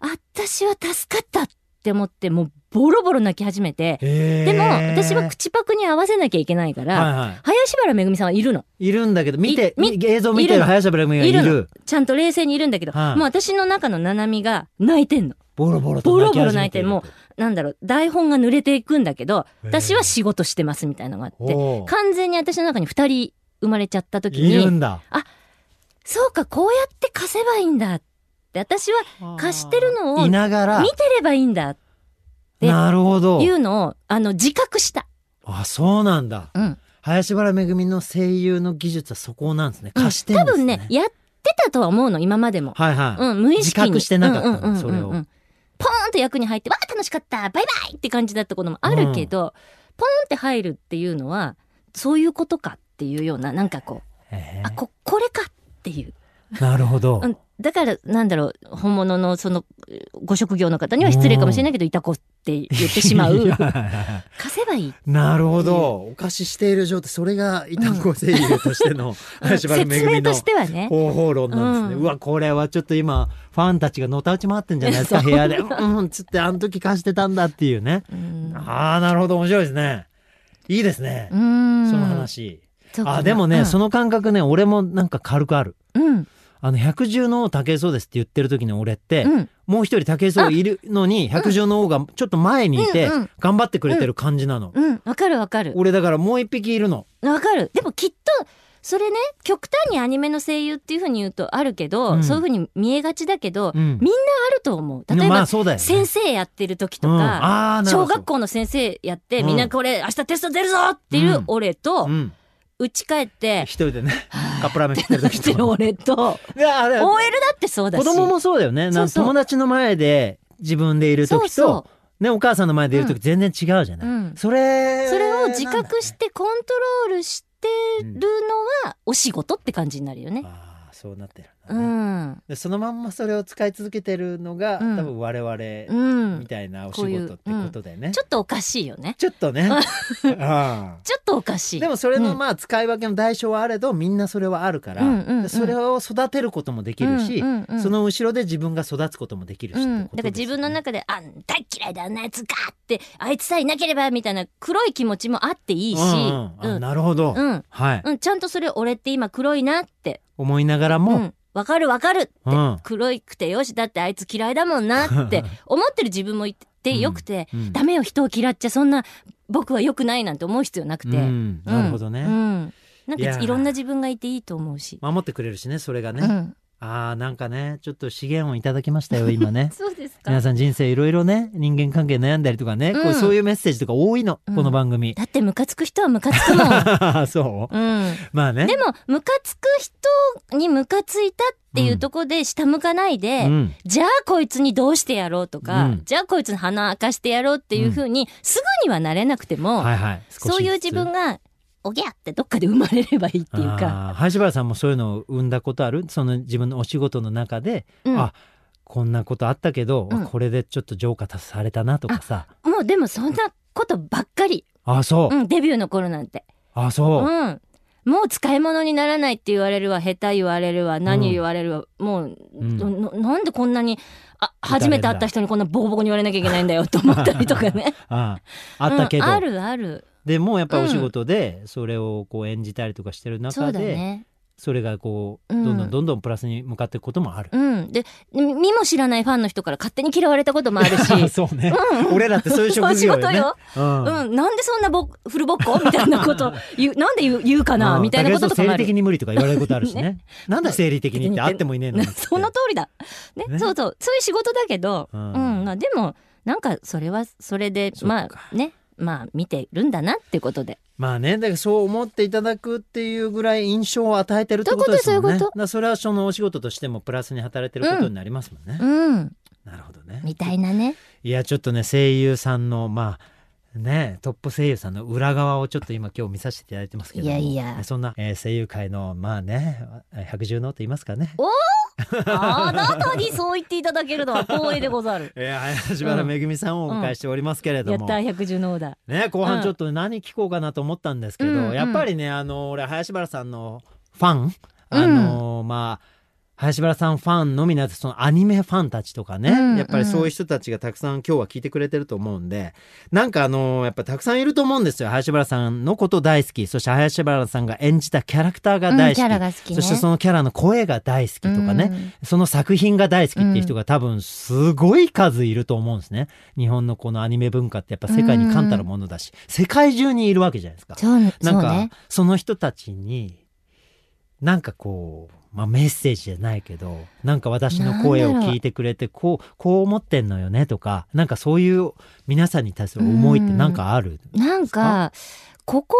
[SPEAKER 3] あ私は助かったって思って、もうボロボロ泣き始めて、
[SPEAKER 2] えー、
[SPEAKER 3] でも私は口パクに合わせなきゃいけないから、
[SPEAKER 2] はいはい。
[SPEAKER 3] 林原めぐみさんはいるの。
[SPEAKER 2] いるんだけど、見て、
[SPEAKER 3] いみ
[SPEAKER 2] 映像見て
[SPEAKER 3] い
[SPEAKER 2] る
[SPEAKER 3] るの
[SPEAKER 2] 林原めぐみがい
[SPEAKER 3] いる
[SPEAKER 2] る。
[SPEAKER 3] ちゃんと冷静にいるんだけど、
[SPEAKER 2] はい
[SPEAKER 3] もう私の中のななみが泣いてんの。
[SPEAKER 2] ボロボロ
[SPEAKER 3] ボ
[SPEAKER 2] と
[SPEAKER 3] ロ
[SPEAKER 2] 泣き
[SPEAKER 3] ボロ
[SPEAKER 2] 始
[SPEAKER 3] 泣
[SPEAKER 2] め
[SPEAKER 3] いて
[SPEAKER 2] る
[SPEAKER 3] もう、なんだろう、台本が濡れていくんだけど、
[SPEAKER 2] へー
[SPEAKER 3] 私は仕事してますみたいなのがあって、
[SPEAKER 2] おう
[SPEAKER 3] 完全に私の中に2人生まれちゃった時
[SPEAKER 2] いる
[SPEAKER 3] に
[SPEAKER 2] んだ。
[SPEAKER 3] そうかこうやって貸せばいいんだって私は貸してるのを
[SPEAKER 2] いながら
[SPEAKER 3] 見、てればいいんだってで
[SPEAKER 2] なるほど
[SPEAKER 3] い。うのをあの自覚した、
[SPEAKER 2] あ、そうなんだ。
[SPEAKER 3] うん、
[SPEAKER 2] 林原めぐみの声優の技術はそこなんですね。貸してる
[SPEAKER 3] 多
[SPEAKER 2] んです
[SPEAKER 3] 分
[SPEAKER 2] ね。
[SPEAKER 3] ねやってたとは思うの今までも、
[SPEAKER 2] はいはい。
[SPEAKER 3] うん、無意識に
[SPEAKER 2] 自覚してなかったの
[SPEAKER 3] うんうんうんうん
[SPEAKER 2] それを
[SPEAKER 3] ポーンと役に入ってわあ楽しかったバイバイって感じだったこともあるけど、ポーンって入るっていうのはそういうことかっていうようななんかこう
[SPEAKER 2] へ
[SPEAKER 3] あここれかっていう
[SPEAKER 2] えなるほど
[SPEAKER 3] う。ん、だから、なんだろう、本物のその、ご職業の方には失礼かもしれないけど、いたこって言ってしま
[SPEAKER 2] いうや。はいはいはい
[SPEAKER 3] 貸せ ばいい。
[SPEAKER 2] なるほど。お貸ししている状態、それがいたこ声優としての林原め
[SPEAKER 3] 説
[SPEAKER 2] ぐみ
[SPEAKER 3] 明
[SPEAKER 2] の
[SPEAKER 3] としてはね。
[SPEAKER 2] 方法論なんですね、う
[SPEAKER 3] うん
[SPEAKER 2] わこれはちょっと今ファンたちがのたうち回ってんじゃないですか部屋でうんうんつってあの時貸してたんだっていうね
[SPEAKER 3] うん。
[SPEAKER 2] ああなるほど面白いですねいいですね、
[SPEAKER 3] うん
[SPEAKER 2] その。話
[SPEAKER 3] そうかな
[SPEAKER 2] あでもね、
[SPEAKER 3] うん
[SPEAKER 2] その感覚ね俺もなんか軽くある
[SPEAKER 3] うん。
[SPEAKER 2] あの百獣の王武井壮ですって言ってる時の俺って、
[SPEAKER 3] うん。
[SPEAKER 2] もう一人武井壮いるのに百獣の王がちょっと前にいて
[SPEAKER 3] うんうん
[SPEAKER 2] 頑張ってくれてる感じなの、
[SPEAKER 3] うん。わかるわかる。
[SPEAKER 2] 俺だからもう一匹いるの
[SPEAKER 3] わかる。でもきっと、それね、極端にアニメの声優っていうふうに言うとあるけど、
[SPEAKER 2] うん
[SPEAKER 3] そういうふうに見えがちだけど、
[SPEAKER 2] うん
[SPEAKER 3] みんなあると思う。例えば、
[SPEAKER 2] まあそうだよね
[SPEAKER 3] 先生やってる時と
[SPEAKER 2] うん
[SPEAKER 3] か、
[SPEAKER 2] あーなるほ
[SPEAKER 3] 小
[SPEAKER 2] ど
[SPEAKER 3] 学校の先生やって、
[SPEAKER 2] うん
[SPEAKER 3] みんなこれ明日テスト出るぞっていう俺と、
[SPEAKER 2] うん
[SPEAKER 3] うち帰って
[SPEAKER 2] 一、人でねカップラーメ ン食ってる時
[SPEAKER 3] してる
[SPEAKER 2] と
[SPEAKER 3] 俺と、
[SPEAKER 2] いやあれ
[SPEAKER 3] OL だってそうだし。
[SPEAKER 2] 子供もそうだよねなん
[SPEAKER 3] そうそう
[SPEAKER 2] 友達の前で自分でいる時と
[SPEAKER 3] そうそ
[SPEAKER 2] ね、お母さんの前でいる時全然違うじゃない、
[SPEAKER 3] うん
[SPEAKER 2] それ
[SPEAKER 3] それを自
[SPEAKER 2] なんだ
[SPEAKER 3] 覚してコントロールしてるのはお仕事って感じになるよね。
[SPEAKER 2] ああそうなってるんだ
[SPEAKER 3] う
[SPEAKER 2] ね、
[SPEAKER 3] ん。
[SPEAKER 2] でそのまんまそれを使い続けてるのが、
[SPEAKER 3] うん
[SPEAKER 2] 多分我々
[SPEAKER 3] うん
[SPEAKER 2] み。たいなお仕
[SPEAKER 3] こういう
[SPEAKER 2] 事ってことでね、
[SPEAKER 3] ちょっとおかしいよね。
[SPEAKER 2] ちょっとねああ
[SPEAKER 3] ちょっとおかしい。
[SPEAKER 2] でもそれの
[SPEAKER 3] うん
[SPEAKER 2] まあ使い分けの代償はあれどみんなそれはあるから、
[SPEAKER 3] うんうんうん
[SPEAKER 2] それを育てることもできるし、
[SPEAKER 3] うんうんうん
[SPEAKER 2] その後ろで自分が育つこともできるし、
[SPEAKER 3] うん
[SPEAKER 2] ってこと
[SPEAKER 3] だから
[SPEAKER 2] です
[SPEAKER 3] 自
[SPEAKER 2] よね
[SPEAKER 3] 分の中で、あんた嫌いだ、あんなやつかって、あいつさえいなければ、みたいな黒い気持ちもあっていいし、
[SPEAKER 2] うんうんあ
[SPEAKER 3] うん。
[SPEAKER 2] なるほど、
[SPEAKER 3] うん。
[SPEAKER 2] はい、
[SPEAKER 3] うん、ちゃんとそれ俺って今黒いなって、
[SPEAKER 2] 思いながら
[SPEAKER 3] う
[SPEAKER 2] も、
[SPEAKER 3] ん。わかるわかるって、
[SPEAKER 2] うん
[SPEAKER 3] 黒いくてよし、だってあいつ 嫌いだもんなって思ってる自分もいてよくて、
[SPEAKER 2] うん
[SPEAKER 3] ダメよ、人を嫌っちゃそんな僕は良くないなんて思う必要なくて、
[SPEAKER 2] うんなるほどね
[SPEAKER 3] うんなん
[SPEAKER 2] いや
[SPEAKER 3] か
[SPEAKER 2] ー
[SPEAKER 3] いろんな自分がいていいと思うし、
[SPEAKER 2] 守ってくれるしねそれがね、
[SPEAKER 3] うん
[SPEAKER 2] ああなんかねちょっと資源をいただきましたよ今ね
[SPEAKER 3] そうですか
[SPEAKER 2] 皆さん人生いろいろね人間関係悩んだりとかね、こ
[SPEAKER 3] う
[SPEAKER 2] うんそういうメッセージとか多いの、
[SPEAKER 3] うん
[SPEAKER 2] この番組
[SPEAKER 3] だってムカつく人はムカつくもん
[SPEAKER 2] そう、
[SPEAKER 3] うん
[SPEAKER 2] まあね
[SPEAKER 3] でもムカつく人にムカついたっていうところで下向かないで、
[SPEAKER 2] うん
[SPEAKER 3] じゃあこいつにどうしてやろうとか、
[SPEAKER 2] うん
[SPEAKER 3] じゃあこいつの鼻明かしてやろうっていうふうに、すぐにはなれなくても、
[SPEAKER 2] はいはい少しずつ
[SPEAKER 3] そういう自分がおぎゃってどっかで生まれればいいっていうか、
[SPEAKER 2] あー林原さんもそういうのを生んだことあるその自分のお仕事の中で、
[SPEAKER 3] うん
[SPEAKER 2] あこんなことあったけど、
[SPEAKER 3] うん
[SPEAKER 2] これでちょっと浄化されたなとかさ
[SPEAKER 3] もうでもそんなことばっかり、
[SPEAKER 2] あそう、
[SPEAKER 3] うん、デビューの頃なんて、
[SPEAKER 2] あそうう、
[SPEAKER 3] ん、もう使い物にならないって言われるわ下手言われるわ何言われるわ、もう、
[SPEAKER 2] うん
[SPEAKER 3] どななんでこんなにあ
[SPEAKER 2] 打たれる
[SPEAKER 3] 初
[SPEAKER 2] んだ
[SPEAKER 3] めて会った人にこんなボコボコに言われなきゃいけないんだよと思ったりとかね
[SPEAKER 2] あ あったけど、
[SPEAKER 3] うんあるある
[SPEAKER 2] でもやっぱお仕
[SPEAKER 3] うん
[SPEAKER 2] 事でそれをこう演じたりとかしてる
[SPEAKER 3] そう
[SPEAKER 2] 中
[SPEAKER 3] だ
[SPEAKER 2] で、
[SPEAKER 3] ね
[SPEAKER 2] それがこう
[SPEAKER 3] うん
[SPEAKER 2] どんどんどんどんプラスに向かっていくこともある。
[SPEAKER 3] うん。で、み見も知らないファンの人から勝手に嫌われたこともある し。
[SPEAKER 2] そうね、俺らってそういう職業よね。うん
[SPEAKER 3] うん。なんでそんなぼフルボッコみたいなこと 言う、なんで言う言うかな
[SPEAKER 2] うん
[SPEAKER 3] みたいなこととかもあ
[SPEAKER 2] だけど生理的
[SPEAKER 3] る。
[SPEAKER 2] に無理とか言われることあるしね。
[SPEAKER 3] ね
[SPEAKER 2] なんだ生理的にってあってもいねえのにっつって。
[SPEAKER 3] その通りだ。ね
[SPEAKER 2] ね
[SPEAKER 3] そうそう。そういう仕事だけど、
[SPEAKER 2] う
[SPEAKER 3] うんん。まあでも、なんかそれはそれで、
[SPEAKER 2] そっ
[SPEAKER 3] ま
[SPEAKER 2] か
[SPEAKER 3] あね、まあ見てるんだなってことで。
[SPEAKER 2] まあね、だからそう思っていただくっていうぐらい印象を与えてるってことですもんね。
[SPEAKER 3] そういうことそういうこと
[SPEAKER 2] だからそれはそのお仕事としてもプラスに働いてることになりますもんね。
[SPEAKER 3] うん。
[SPEAKER 2] なるほどね。
[SPEAKER 3] みたいなね。
[SPEAKER 2] いやちょっとね声優さんのまあねトップ声優さんの裏側をちょっと今今日見させていただいてますけども
[SPEAKER 3] いやいや
[SPEAKER 2] そんな、えー声優界のまあね百獣の王と言いますかね。。
[SPEAKER 3] あなたにそう言っていただけるのは光栄でござる
[SPEAKER 2] えー、林原めぐみさんをお迎えしておりますけれど
[SPEAKER 3] やっ
[SPEAKER 2] も、
[SPEAKER 3] た百獣の王だ。
[SPEAKER 2] ね、後半ちょっと何聞こうかなと思ったんですけど、
[SPEAKER 3] うんうん
[SPEAKER 2] やっぱりねあの俺林原さんのファンあの、まあ林原さんファンのみならずそのアニメファンたちとかね、
[SPEAKER 3] うん
[SPEAKER 2] やっぱりそういう人たちがたくさん今日は聞いてくれてると思うんでなんかあのやっぱたくさんいると思うんですよ林原さんのこと大好きそして林原さんが演じたキャラクターが
[SPEAKER 3] うん
[SPEAKER 2] 大
[SPEAKER 3] キ
[SPEAKER 2] 好き,、
[SPEAKER 3] ャラが好きね。
[SPEAKER 2] そしてそのキャラの声が大好きとかね、
[SPEAKER 3] うん。
[SPEAKER 2] その作品が大好きっていう人が多分すごい数いると思うんですね。日本のこのアニメ文化ってやっぱ世界に冠たるものだし、世界中にいるわけじゃないですか。
[SPEAKER 3] そう、
[SPEAKER 2] なんか
[SPEAKER 3] そうね。
[SPEAKER 2] その人たちになんかこう、まあ、メッセージじゃないけどなんか私の声を聞いてくれてこうこう思ってんのよねとかなんかそういう皆さんに対する思いってなんかある、
[SPEAKER 3] なんかここ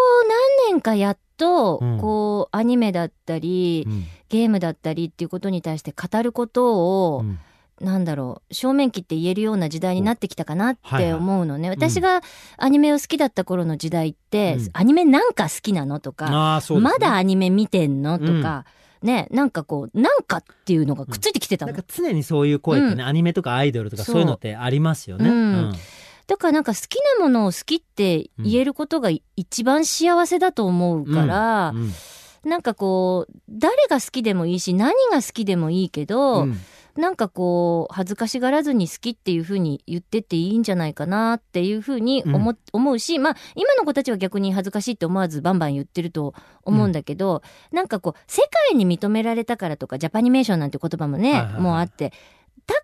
[SPEAKER 3] 何年かやっと、
[SPEAKER 2] うん
[SPEAKER 3] こうアニメだったり、
[SPEAKER 2] うん
[SPEAKER 3] ゲームだったりっていうことに対して語ること
[SPEAKER 2] う
[SPEAKER 3] を、
[SPEAKER 2] ん
[SPEAKER 3] なんだろう正面切って言えるような時代になってきたかなっ
[SPEAKER 2] おはいはい
[SPEAKER 3] て思うのね、
[SPEAKER 2] ん
[SPEAKER 3] 私がアニメを好きだった頃の時代って、
[SPEAKER 2] うん
[SPEAKER 3] アニメなんか好きなのとか、
[SPEAKER 2] あーそうですね
[SPEAKER 3] まだアニメ見てんのとか、ねなんかこうなんかっていうのがくっついてきてた
[SPEAKER 2] な
[SPEAKER 3] の、
[SPEAKER 2] んか常にそういう声ってね、アニメとかアイドルとかそういうのってありますよね。
[SPEAKER 3] そううんだからなんか好きなものを好きって言えることが一番幸せだと思うか
[SPEAKER 2] う
[SPEAKER 3] ら、
[SPEAKER 2] ん
[SPEAKER 3] なんかこう誰が好きでもいいし何が好きでもいいけど、
[SPEAKER 2] うん
[SPEAKER 3] なんかこう恥ずかしがらずに好きっていうふうに言ってっていいんじゃないかなっていうふうに思,、思うしまあ今の子たちは逆に恥ずかしいって思わずバンバン言ってると思うんだけど、なんかこう世界に認められたからとかジャパニメーションなんて言葉もね、
[SPEAKER 2] はいはいはい
[SPEAKER 3] もうあってだか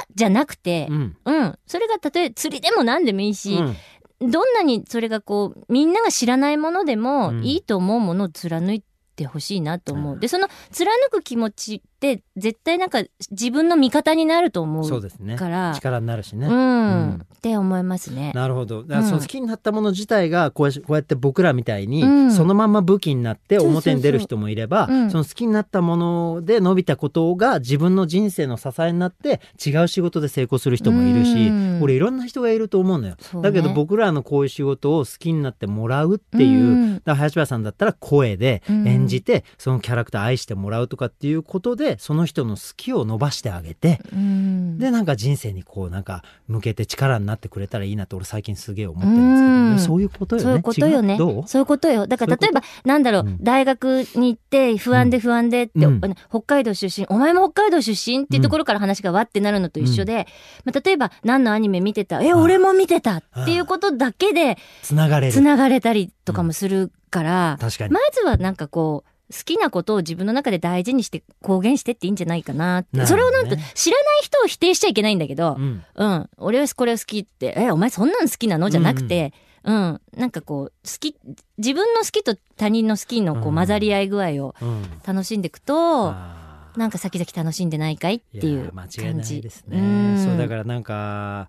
[SPEAKER 3] らじゃなくて
[SPEAKER 2] う、ん
[SPEAKER 3] うんそれがたとえ釣りでも何でもいいし、
[SPEAKER 2] うん
[SPEAKER 3] どんなにそれがこうみんなが知らないものでも、
[SPEAKER 2] うん
[SPEAKER 3] いいと思うものを貫いてほしいなと思う、でその貫く気持ちって絶対なんか自分の味方になると思
[SPEAKER 2] そう
[SPEAKER 3] う
[SPEAKER 2] ですね
[SPEAKER 3] から
[SPEAKER 2] 力になるしね、
[SPEAKER 3] うん、
[SPEAKER 2] うん
[SPEAKER 3] って思いますね。
[SPEAKER 2] なるほどだから
[SPEAKER 3] うん
[SPEAKER 2] その好きになったもの自体がこうやしこうやって僕らみたいに、
[SPEAKER 3] うん
[SPEAKER 2] そのまんま武器になって
[SPEAKER 3] そうそうそう
[SPEAKER 2] 表に出る人もいればそ
[SPEAKER 3] うん
[SPEAKER 2] の好きになったもので伸びたことが自分の人生の支えになって違う仕事で成功する人もいるし、
[SPEAKER 3] うん
[SPEAKER 2] 俺いろんな人がいると思うのよ。
[SPEAKER 3] そうね
[SPEAKER 2] だけど僕らのこういう仕事を好きになってもらうっていう、
[SPEAKER 3] うん
[SPEAKER 2] だから林原さんだったら声で
[SPEAKER 3] うん
[SPEAKER 2] 演じて、そのキャラクター愛してもらうとかっていうことでその人の好きを伸ばしてあげて、
[SPEAKER 3] うん
[SPEAKER 2] でなんか人生にこうなんか向けて力になってくれたらいいなって俺最近すげえ思ってるんですけど、そ
[SPEAKER 3] うん
[SPEAKER 2] ういうことよね
[SPEAKER 3] そういうことよ
[SPEAKER 2] 違
[SPEAKER 3] ね
[SPEAKER 2] うどう。
[SPEAKER 3] そういうことよ。だから例えば、なんだろう、
[SPEAKER 2] うん
[SPEAKER 3] 大学に行って、不安で不安でって、
[SPEAKER 2] うん
[SPEAKER 3] 北海道出身、お前も北海道出身っていうところから話がわってなるのと一緒で、まあ、例えば、何のアニメ見てた、え、
[SPEAKER 2] ああ
[SPEAKER 3] 俺も見てたっていうことだけで、
[SPEAKER 2] つながれる
[SPEAKER 3] 繋がれたりとかもするから、
[SPEAKER 2] 確かに、
[SPEAKER 3] まずはなんかこう、好きなことを自分の中で大事にして、公言してっていいんじゃないかなって。
[SPEAKER 2] なるほ
[SPEAKER 3] それ
[SPEAKER 2] どね
[SPEAKER 3] をなんと、知らない人を否定しちゃいけないんだけど、
[SPEAKER 2] うん
[SPEAKER 3] うん、俺はこれを好きって、え、お前そんなの好きなのじゃなくて、うん、なんかこう好き自分の好きと他人の好きのこ
[SPEAKER 2] う
[SPEAKER 3] うん混ざり合い具合を
[SPEAKER 2] うん
[SPEAKER 3] 楽しんでいくと、
[SPEAKER 2] あー
[SPEAKER 3] なんか先々楽しんでないかいってい
[SPEAKER 2] や
[SPEAKER 3] う
[SPEAKER 2] ー間
[SPEAKER 3] 感じ。
[SPEAKER 2] 違いないです
[SPEAKER 3] うん
[SPEAKER 2] ねそうだからなんか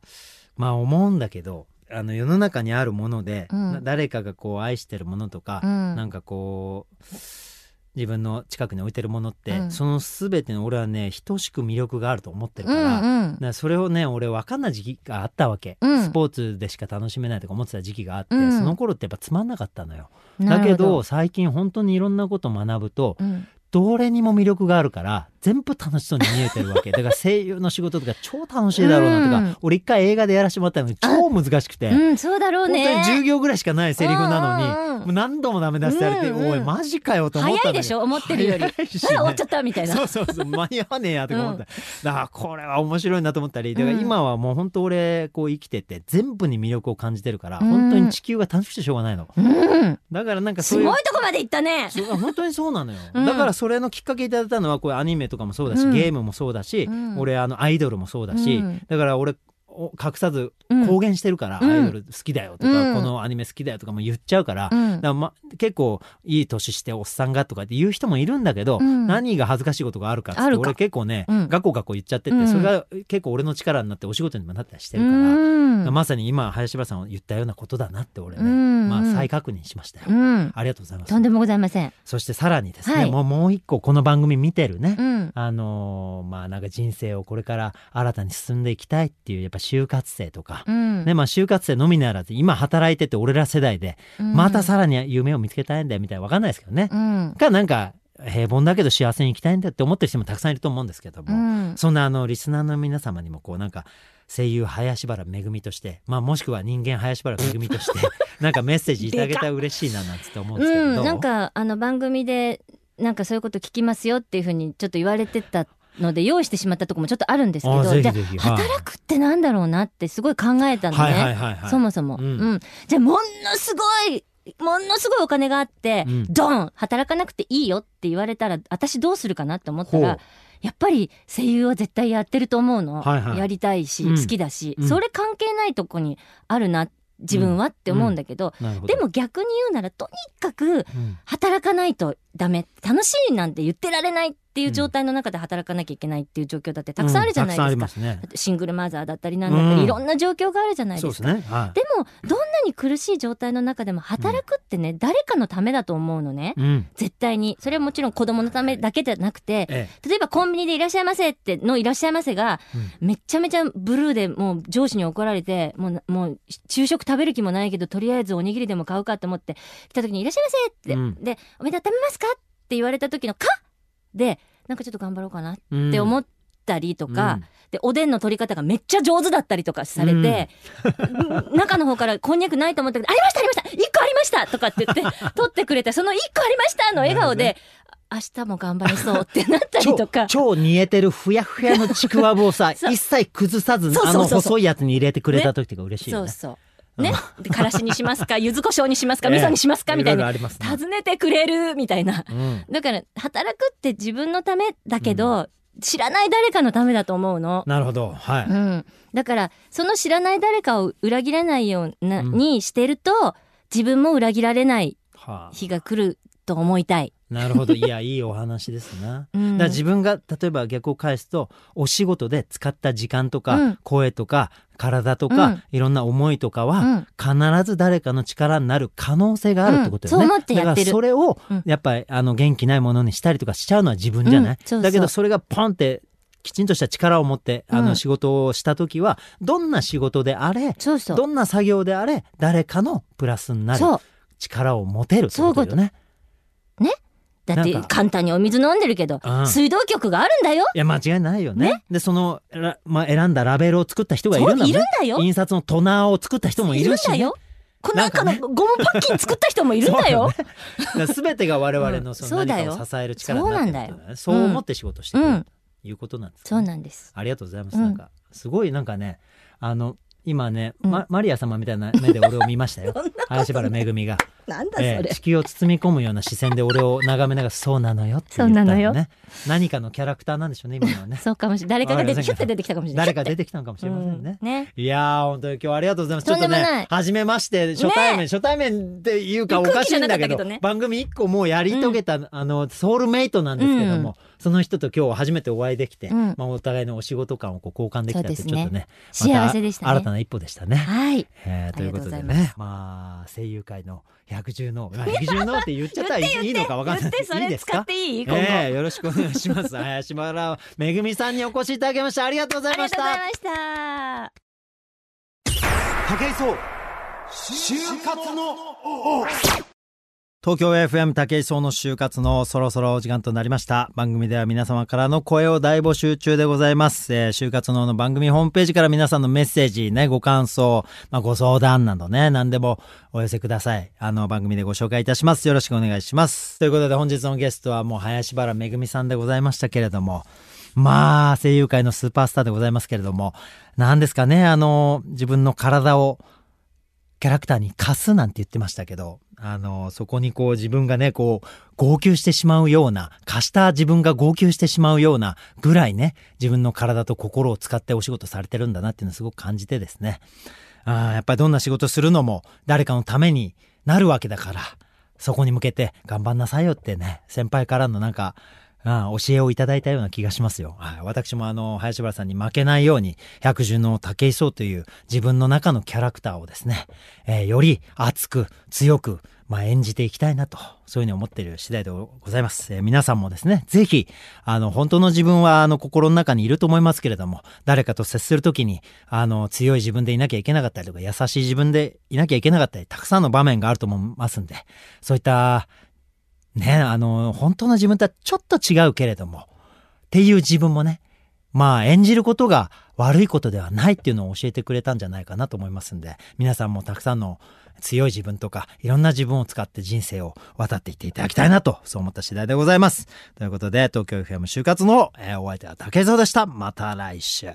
[SPEAKER 2] まあ思うんだけどあの世の中にあるもので、
[SPEAKER 3] うん
[SPEAKER 2] な誰かがこう愛してるものとか、
[SPEAKER 3] うん
[SPEAKER 2] なんかこう自分の近くに置いてるものって、
[SPEAKER 3] うん
[SPEAKER 2] その全ての俺はね等しく魅力があると思ってる
[SPEAKER 3] う
[SPEAKER 2] から,、
[SPEAKER 3] ん
[SPEAKER 2] だか
[SPEAKER 3] うん
[SPEAKER 2] らそれをね俺分かんない時期があったわけ、
[SPEAKER 3] うん
[SPEAKER 2] スポーツでしか楽しめないとか思ってた時期があって、
[SPEAKER 3] うん
[SPEAKER 2] その頃ってやっぱつまんなかったのよ
[SPEAKER 3] な
[SPEAKER 2] だ
[SPEAKER 3] る
[SPEAKER 2] け
[SPEAKER 3] ほ
[SPEAKER 2] ど、最近本当にいろんなこと学ぶと、
[SPEAKER 3] うん、
[SPEAKER 2] どれにも魅力があるから全部楽しそうに見えてるわ けだから声優の仕事とか超楽しいだろうなとか、
[SPEAKER 3] うん
[SPEAKER 2] 俺一回映画でやらしてもらったのに超難しくて、
[SPEAKER 3] うん、そうだろう
[SPEAKER 2] 本当に10
[SPEAKER 3] ね。
[SPEAKER 2] 行ぐらいしかないセリフなのに、
[SPEAKER 3] うんうんうん
[SPEAKER 2] もう何度もダメ出しされて、
[SPEAKER 3] うんうん
[SPEAKER 2] おいマジかよと思った
[SPEAKER 3] 早
[SPEAKER 2] んだけど
[SPEAKER 3] いでしょ思ってるより。あ、
[SPEAKER 2] 早いしね
[SPEAKER 3] 終わっちゃったみたいな。
[SPEAKER 2] そうそうそう間に合わねえやとか思った、
[SPEAKER 3] う
[SPEAKER 2] だからこれは面白いなと思ったりだから
[SPEAKER 3] うん
[SPEAKER 2] 今はもう本当俺こう生きてて全部に魅力を感じてるから、
[SPEAKER 3] うん
[SPEAKER 2] 本当に地球が楽しくてしょうがないの
[SPEAKER 3] うん、
[SPEAKER 2] だからなんか
[SPEAKER 3] す
[SPEAKER 2] そういう
[SPEAKER 3] ごいとこまで行ったね。
[SPEAKER 2] そうあ本当にそうなのよ、
[SPEAKER 3] うん
[SPEAKER 2] だからそれのきっかけいただいたのはこういうアニメとかもそうだし、
[SPEAKER 3] うん
[SPEAKER 2] ゲームもそうだし、
[SPEAKER 3] うん
[SPEAKER 2] 俺あのアイドルもそうだし、
[SPEAKER 3] うん
[SPEAKER 2] だから俺お隠さず
[SPEAKER 3] うん
[SPEAKER 2] 公言してるから、
[SPEAKER 3] うん
[SPEAKER 2] アイドル好きだよとか、
[SPEAKER 3] うん
[SPEAKER 2] このアニメ好きだよとかも言っちゃうから,、
[SPEAKER 3] う
[SPEAKER 2] だか
[SPEAKER 3] ん、
[SPEAKER 2] らま、結構いい年しておっさんがとかって言う人もいるんだけど、
[SPEAKER 3] うん
[SPEAKER 2] 何が恥ずかしいことがあるかっつっ
[SPEAKER 3] あ
[SPEAKER 2] て
[SPEAKER 3] るか
[SPEAKER 2] 俺結構ね、
[SPEAKER 3] うん
[SPEAKER 2] ガコガコ言っちゃってて、
[SPEAKER 3] うん
[SPEAKER 2] それが結構俺の力になってお仕事にもなったりしてるから。
[SPEAKER 3] うん
[SPEAKER 2] まさに今林原さんが言ったようなことだなって俺ね、
[SPEAKER 3] うん
[SPEAKER 2] まあ、再確認しましたよ、
[SPEAKER 3] うん、
[SPEAKER 2] ありがとうございます
[SPEAKER 3] とんでもございません。
[SPEAKER 2] そしてさらにですね、
[SPEAKER 3] はい
[SPEAKER 2] もうもう一個この番組見てるね、
[SPEAKER 3] うん、
[SPEAKER 2] あのーまあなんか人生をこれから新たに進んでいきたいっていうやっぱ就活生とか、
[SPEAKER 3] うん、
[SPEAKER 2] ねまあ、就活生のみならず今働いてて俺ら世代で
[SPEAKER 3] うん
[SPEAKER 2] またさらに夢を見つけたいんだよみたいなわかんないですけどね、
[SPEAKER 3] うん、
[SPEAKER 2] がなんか平凡だけど幸せに生きたいんだって思ってる人もたくさんいると思うんですけど
[SPEAKER 3] う
[SPEAKER 2] も、
[SPEAKER 3] ん、
[SPEAKER 2] そんなあのリスナーの皆様にもこうなんか声優林原めぐみとして、まあ、もしくは人間林原めぐみとして なんかメッセージいただけたら嬉しいななんつって思うんですけど、
[SPEAKER 3] うん、
[SPEAKER 2] どう
[SPEAKER 3] なんかあの番組でなんかそういうこと聞きますよっていうふうにちょっと言われてたので用意してしまったとこもちょっとあるんですけ
[SPEAKER 2] あ
[SPEAKER 3] ど
[SPEAKER 2] ぜひぜひ
[SPEAKER 3] じゃ
[SPEAKER 2] は
[SPEAKER 3] あ
[SPEAKER 2] い
[SPEAKER 3] 働くってなんだろうなってすごい考えたのね、
[SPEAKER 2] はいはいはいはい
[SPEAKER 3] そもそも、
[SPEAKER 2] う
[SPEAKER 3] うんんじゃあものすごいものすごいお金があって、
[SPEAKER 2] うん
[SPEAKER 3] ドン働かなくていいよって言われたら私どうするかなって思った
[SPEAKER 2] ほう
[SPEAKER 3] らやっぱり声優は絶対やってると思うの、
[SPEAKER 2] はいはい
[SPEAKER 3] やりたいし、
[SPEAKER 2] うん
[SPEAKER 3] 好きだし、
[SPEAKER 2] うん
[SPEAKER 3] それ関係ないとこにあるな自分はって思うんだけど、
[SPEAKER 2] なるほど
[SPEAKER 3] でも逆に言うならとにかく
[SPEAKER 2] うん
[SPEAKER 3] 働かないとダメ楽しいなんて言ってられないっていう状態の中で働かなきゃいけないっていう状況だってたくさんあるじゃないですか,、
[SPEAKER 2] うんたくさんありますね。
[SPEAKER 3] シングルマザーだったりなんだったり、
[SPEAKER 2] うん
[SPEAKER 3] いろんな状況があるじゃない
[SPEAKER 2] そう
[SPEAKER 3] で
[SPEAKER 2] ですす
[SPEAKER 3] か。
[SPEAKER 2] ね。は
[SPEAKER 3] でもどんなに苦しい状態の中でも働くってね、誰かのためだと思うのね
[SPEAKER 2] い。うん。
[SPEAKER 3] 絶対にそれはもちろん子供のためだけじゃなくて
[SPEAKER 2] え
[SPEAKER 3] 例えばコンビニでいらっしゃいませってのいらっしゃいませが、めっちゃめちゃブルーでもう上司に怒られて、もうな、もう昼食食べる気もないけど、とりあえずおにぎりでも買うかと思って、来た時にいらっしゃいませって、
[SPEAKER 2] うん
[SPEAKER 3] で、お弁当食べますかって言われた時のかで、なんかちょっと頑張ろうかなっ
[SPEAKER 2] えうん。
[SPEAKER 3] て思
[SPEAKER 2] っ
[SPEAKER 3] ったりとか、、で、おでんの取り方がめっちゃ上手だったりとかされて、 中の方からこんにゃくないと思ったけど、ありましたありました !1 個ありましたとかって言って、取ってくれた、その1個ありましたの笑顔
[SPEAKER 2] な
[SPEAKER 3] で、明日も頑張れそうってなったり
[SPEAKER 2] 超
[SPEAKER 3] とか。
[SPEAKER 2] 超煮えてるふやふやのちくわぶをさ
[SPEAKER 3] そう
[SPEAKER 2] 一切崩さず
[SPEAKER 3] そうそう
[SPEAKER 2] あ
[SPEAKER 3] そうそう
[SPEAKER 2] の細いやつに入れてくれた時が嬉しい
[SPEAKER 3] そ
[SPEAKER 2] よ
[SPEAKER 3] う
[SPEAKER 2] ね。
[SPEAKER 3] そう。ね。でからしにしますか、 柚子胡椒にしますか、
[SPEAKER 2] ええ
[SPEAKER 3] 味噌にしますか、みたい
[SPEAKER 2] ろろ
[SPEAKER 3] な。
[SPEAKER 2] ありますね。
[SPEAKER 3] 尋ねてくれる、 みたいな。
[SPEAKER 2] うん。
[SPEAKER 3] だから、働くって自分のためだけど、知らない誰かのためだと思うの。
[SPEAKER 2] なるほど。は
[SPEAKER 3] う
[SPEAKER 2] い。
[SPEAKER 3] ん。だから、その知らない誰かを裏切らないような、
[SPEAKER 2] うん
[SPEAKER 3] にしてると、自分も裏切られない
[SPEAKER 2] は
[SPEAKER 3] 日が来ると思いたい。
[SPEAKER 2] あ。なるほど。いやいいお話ですな。
[SPEAKER 3] う
[SPEAKER 2] だ
[SPEAKER 3] ん
[SPEAKER 2] から。自分が例えば逆を返すとお仕事で使った時間とか、
[SPEAKER 3] うん
[SPEAKER 2] 声とか体とか、
[SPEAKER 3] うん
[SPEAKER 2] いろんな思いとかは、
[SPEAKER 3] うん
[SPEAKER 2] 必ず誰かの力になる可能性があるってことよね、
[SPEAKER 3] うんそう思ってやって
[SPEAKER 2] だから
[SPEAKER 3] る
[SPEAKER 2] それを
[SPEAKER 3] うん
[SPEAKER 2] やっぱりあの元気ないものにしたりとかしちゃうのは自分じゃない、
[SPEAKER 3] うんそうそう
[SPEAKER 2] だけどそれがポンってきちんとした力を持ってあ
[SPEAKER 3] う
[SPEAKER 2] の
[SPEAKER 3] ん
[SPEAKER 2] 仕事をした時は、どんな仕事であれ
[SPEAKER 3] そうそう。
[SPEAKER 2] どんな作業であれ誰かのプラスになる
[SPEAKER 3] そう。
[SPEAKER 2] 力を持てるってことだよね。
[SPEAKER 3] だって
[SPEAKER 2] なんか
[SPEAKER 3] 簡単にお水飲んでるけど
[SPEAKER 2] う、ん
[SPEAKER 3] 水道局があるんだよ。
[SPEAKER 2] いや間違いないよね。でその、らまあ、選んだラベルを作った人がい
[SPEAKER 3] そう
[SPEAKER 2] る
[SPEAKER 3] い
[SPEAKER 2] んだ
[SPEAKER 3] る
[SPEAKER 2] もん
[SPEAKER 3] ん
[SPEAKER 2] ね。
[SPEAKER 3] だよ。
[SPEAKER 2] 印刷のトナーを作った人もいるし、ね。
[SPEAKER 3] いるんだよ。この
[SPEAKER 2] なん
[SPEAKER 3] 中
[SPEAKER 2] かね
[SPEAKER 3] のゴムパッキン作った人もいるんだよ。
[SPEAKER 2] すべてが我々のその
[SPEAKER 3] うん
[SPEAKER 2] 何かを支える力になってるってことだね。
[SPEAKER 3] う
[SPEAKER 2] そ
[SPEAKER 3] なんだよ
[SPEAKER 2] う思って仕事してる
[SPEAKER 3] うん
[SPEAKER 2] ということなんです、ね
[SPEAKER 3] そうなんです。
[SPEAKER 2] ありがとうございます。
[SPEAKER 3] うん
[SPEAKER 2] なんかすごいなんかね、あの今ね、
[SPEAKER 3] うん
[SPEAKER 2] まマリア様みたいな目で俺を見ま したよ林原めぐみが、
[SPEAKER 3] なんだそ
[SPEAKER 2] え
[SPEAKER 3] れ
[SPEAKER 2] え、地球を包み込むような視線で俺を眺めながら「そうなのよ」って言った
[SPEAKER 3] そうなの
[SPEAKER 2] の
[SPEAKER 3] よ
[SPEAKER 2] ね何かのキャラクターなんでしょうね今のはね
[SPEAKER 3] そうかもしれない。誰かが出
[SPEAKER 2] わかりま
[SPEAKER 3] て、
[SPEAKER 2] せんけど
[SPEAKER 3] ひょって出てきたかもしれない。
[SPEAKER 2] 誰か出てきたのかもしれませんね
[SPEAKER 3] う、んね。
[SPEAKER 2] いやー本当に今日ありがとうございます。ちょ
[SPEAKER 3] と
[SPEAKER 2] っと
[SPEAKER 3] んでもない
[SPEAKER 2] ね、初めまして、初対面、初対面っていうかおかしいんだけど、
[SPEAKER 3] 空気じゃなかったけどね
[SPEAKER 2] 番組一個もうやり遂げた、あの、ソウルメイトなんですけども、その人と今日初めてお会いできて、
[SPEAKER 3] うん
[SPEAKER 2] まあお互いのお仕事感をこう交換できたって、
[SPEAKER 3] そう
[SPEAKER 2] ちょ
[SPEAKER 3] で
[SPEAKER 2] っ
[SPEAKER 3] す
[SPEAKER 2] と
[SPEAKER 3] ね
[SPEAKER 2] ね、
[SPEAKER 3] 幸せでしたね
[SPEAKER 2] 新たな一歩でしたね。
[SPEAKER 3] はい。
[SPEAKER 2] えーということで
[SPEAKER 3] ありがとうございま
[SPEAKER 2] ね、まあ、声優界の百獣の、まあ、百獣のって言っちゃったらいいいいのかわかんない。
[SPEAKER 3] 言って、そ
[SPEAKER 2] いい
[SPEAKER 3] れ
[SPEAKER 2] です
[SPEAKER 3] 使っ
[SPEAKER 2] か
[SPEAKER 3] ていい今後。
[SPEAKER 2] ええよろしくお願いします。林原めぐみさんにお越しいただきました。ありがとうご
[SPEAKER 3] あ
[SPEAKER 2] ざいま
[SPEAKER 3] りが
[SPEAKER 2] し
[SPEAKER 3] とうござい
[SPEAKER 2] た。
[SPEAKER 3] ました。
[SPEAKER 1] 武井壮就活の
[SPEAKER 2] 東京 FM 武井壮の就活のそろそろお時間となりました。番組では皆様からの声を大募集中でございます。えー就活のの番組ホームページから皆さんのメッセージ、ね、ご感想、まあ、ご相談などね、何でもお寄せください。あの、番組でご紹介いたします。よろしくお願いします。ということで本日のゲストはもう林原めぐみさんでございましたけれども、まあ、声優界のスーパースターでございますけれども、何ですかね、あの、自分の体をキャラクターに貸すなんて言ってましたけど、あの、そこにこう自分がね、こう、号泣してしまうような、貸した自分が号泣してしまうようなぐらいね、自分の体と心を使ってお仕事されてるんだなっていうのをすごく感じてですね。あーやっぱりどんな仕事するのも誰かのためになるわけだから、そこに向けて頑張んなさいよってね、先輩からのなんか、ああ教えをいただいたような気がしますよ。はい、私もあの、林原さんに負けないように、百獣の武井壮という自分の中のキャラクターをですね、えーより熱く、強く、まあ、演じていきたいなと、そういうふうに思っている次第でございます。えー皆さんもですね、ぜひ、あの、本当の自分は、あの、心の中にいると思いますけれども、誰かと接するときに、あの、強い自分でいなきゃいけなかったりとか、優しい自分でいなきゃいけなかったり、たくさんの場面があると思いますんで、そういった、ね、あの、本当の自分とはちょっと違うけれども、っていう自分もね、まあ演じることが悪いことではないっていうのを教えてくれたんじゃないかなと思いますんで、皆さんもたくさんの強い自分とか、いろんな自分を使って人生を渡っていっていただきたいなと、そう思った次第でございます。ということで、東京 FM 就活の、えーお相手は竹蔵でした。また来週。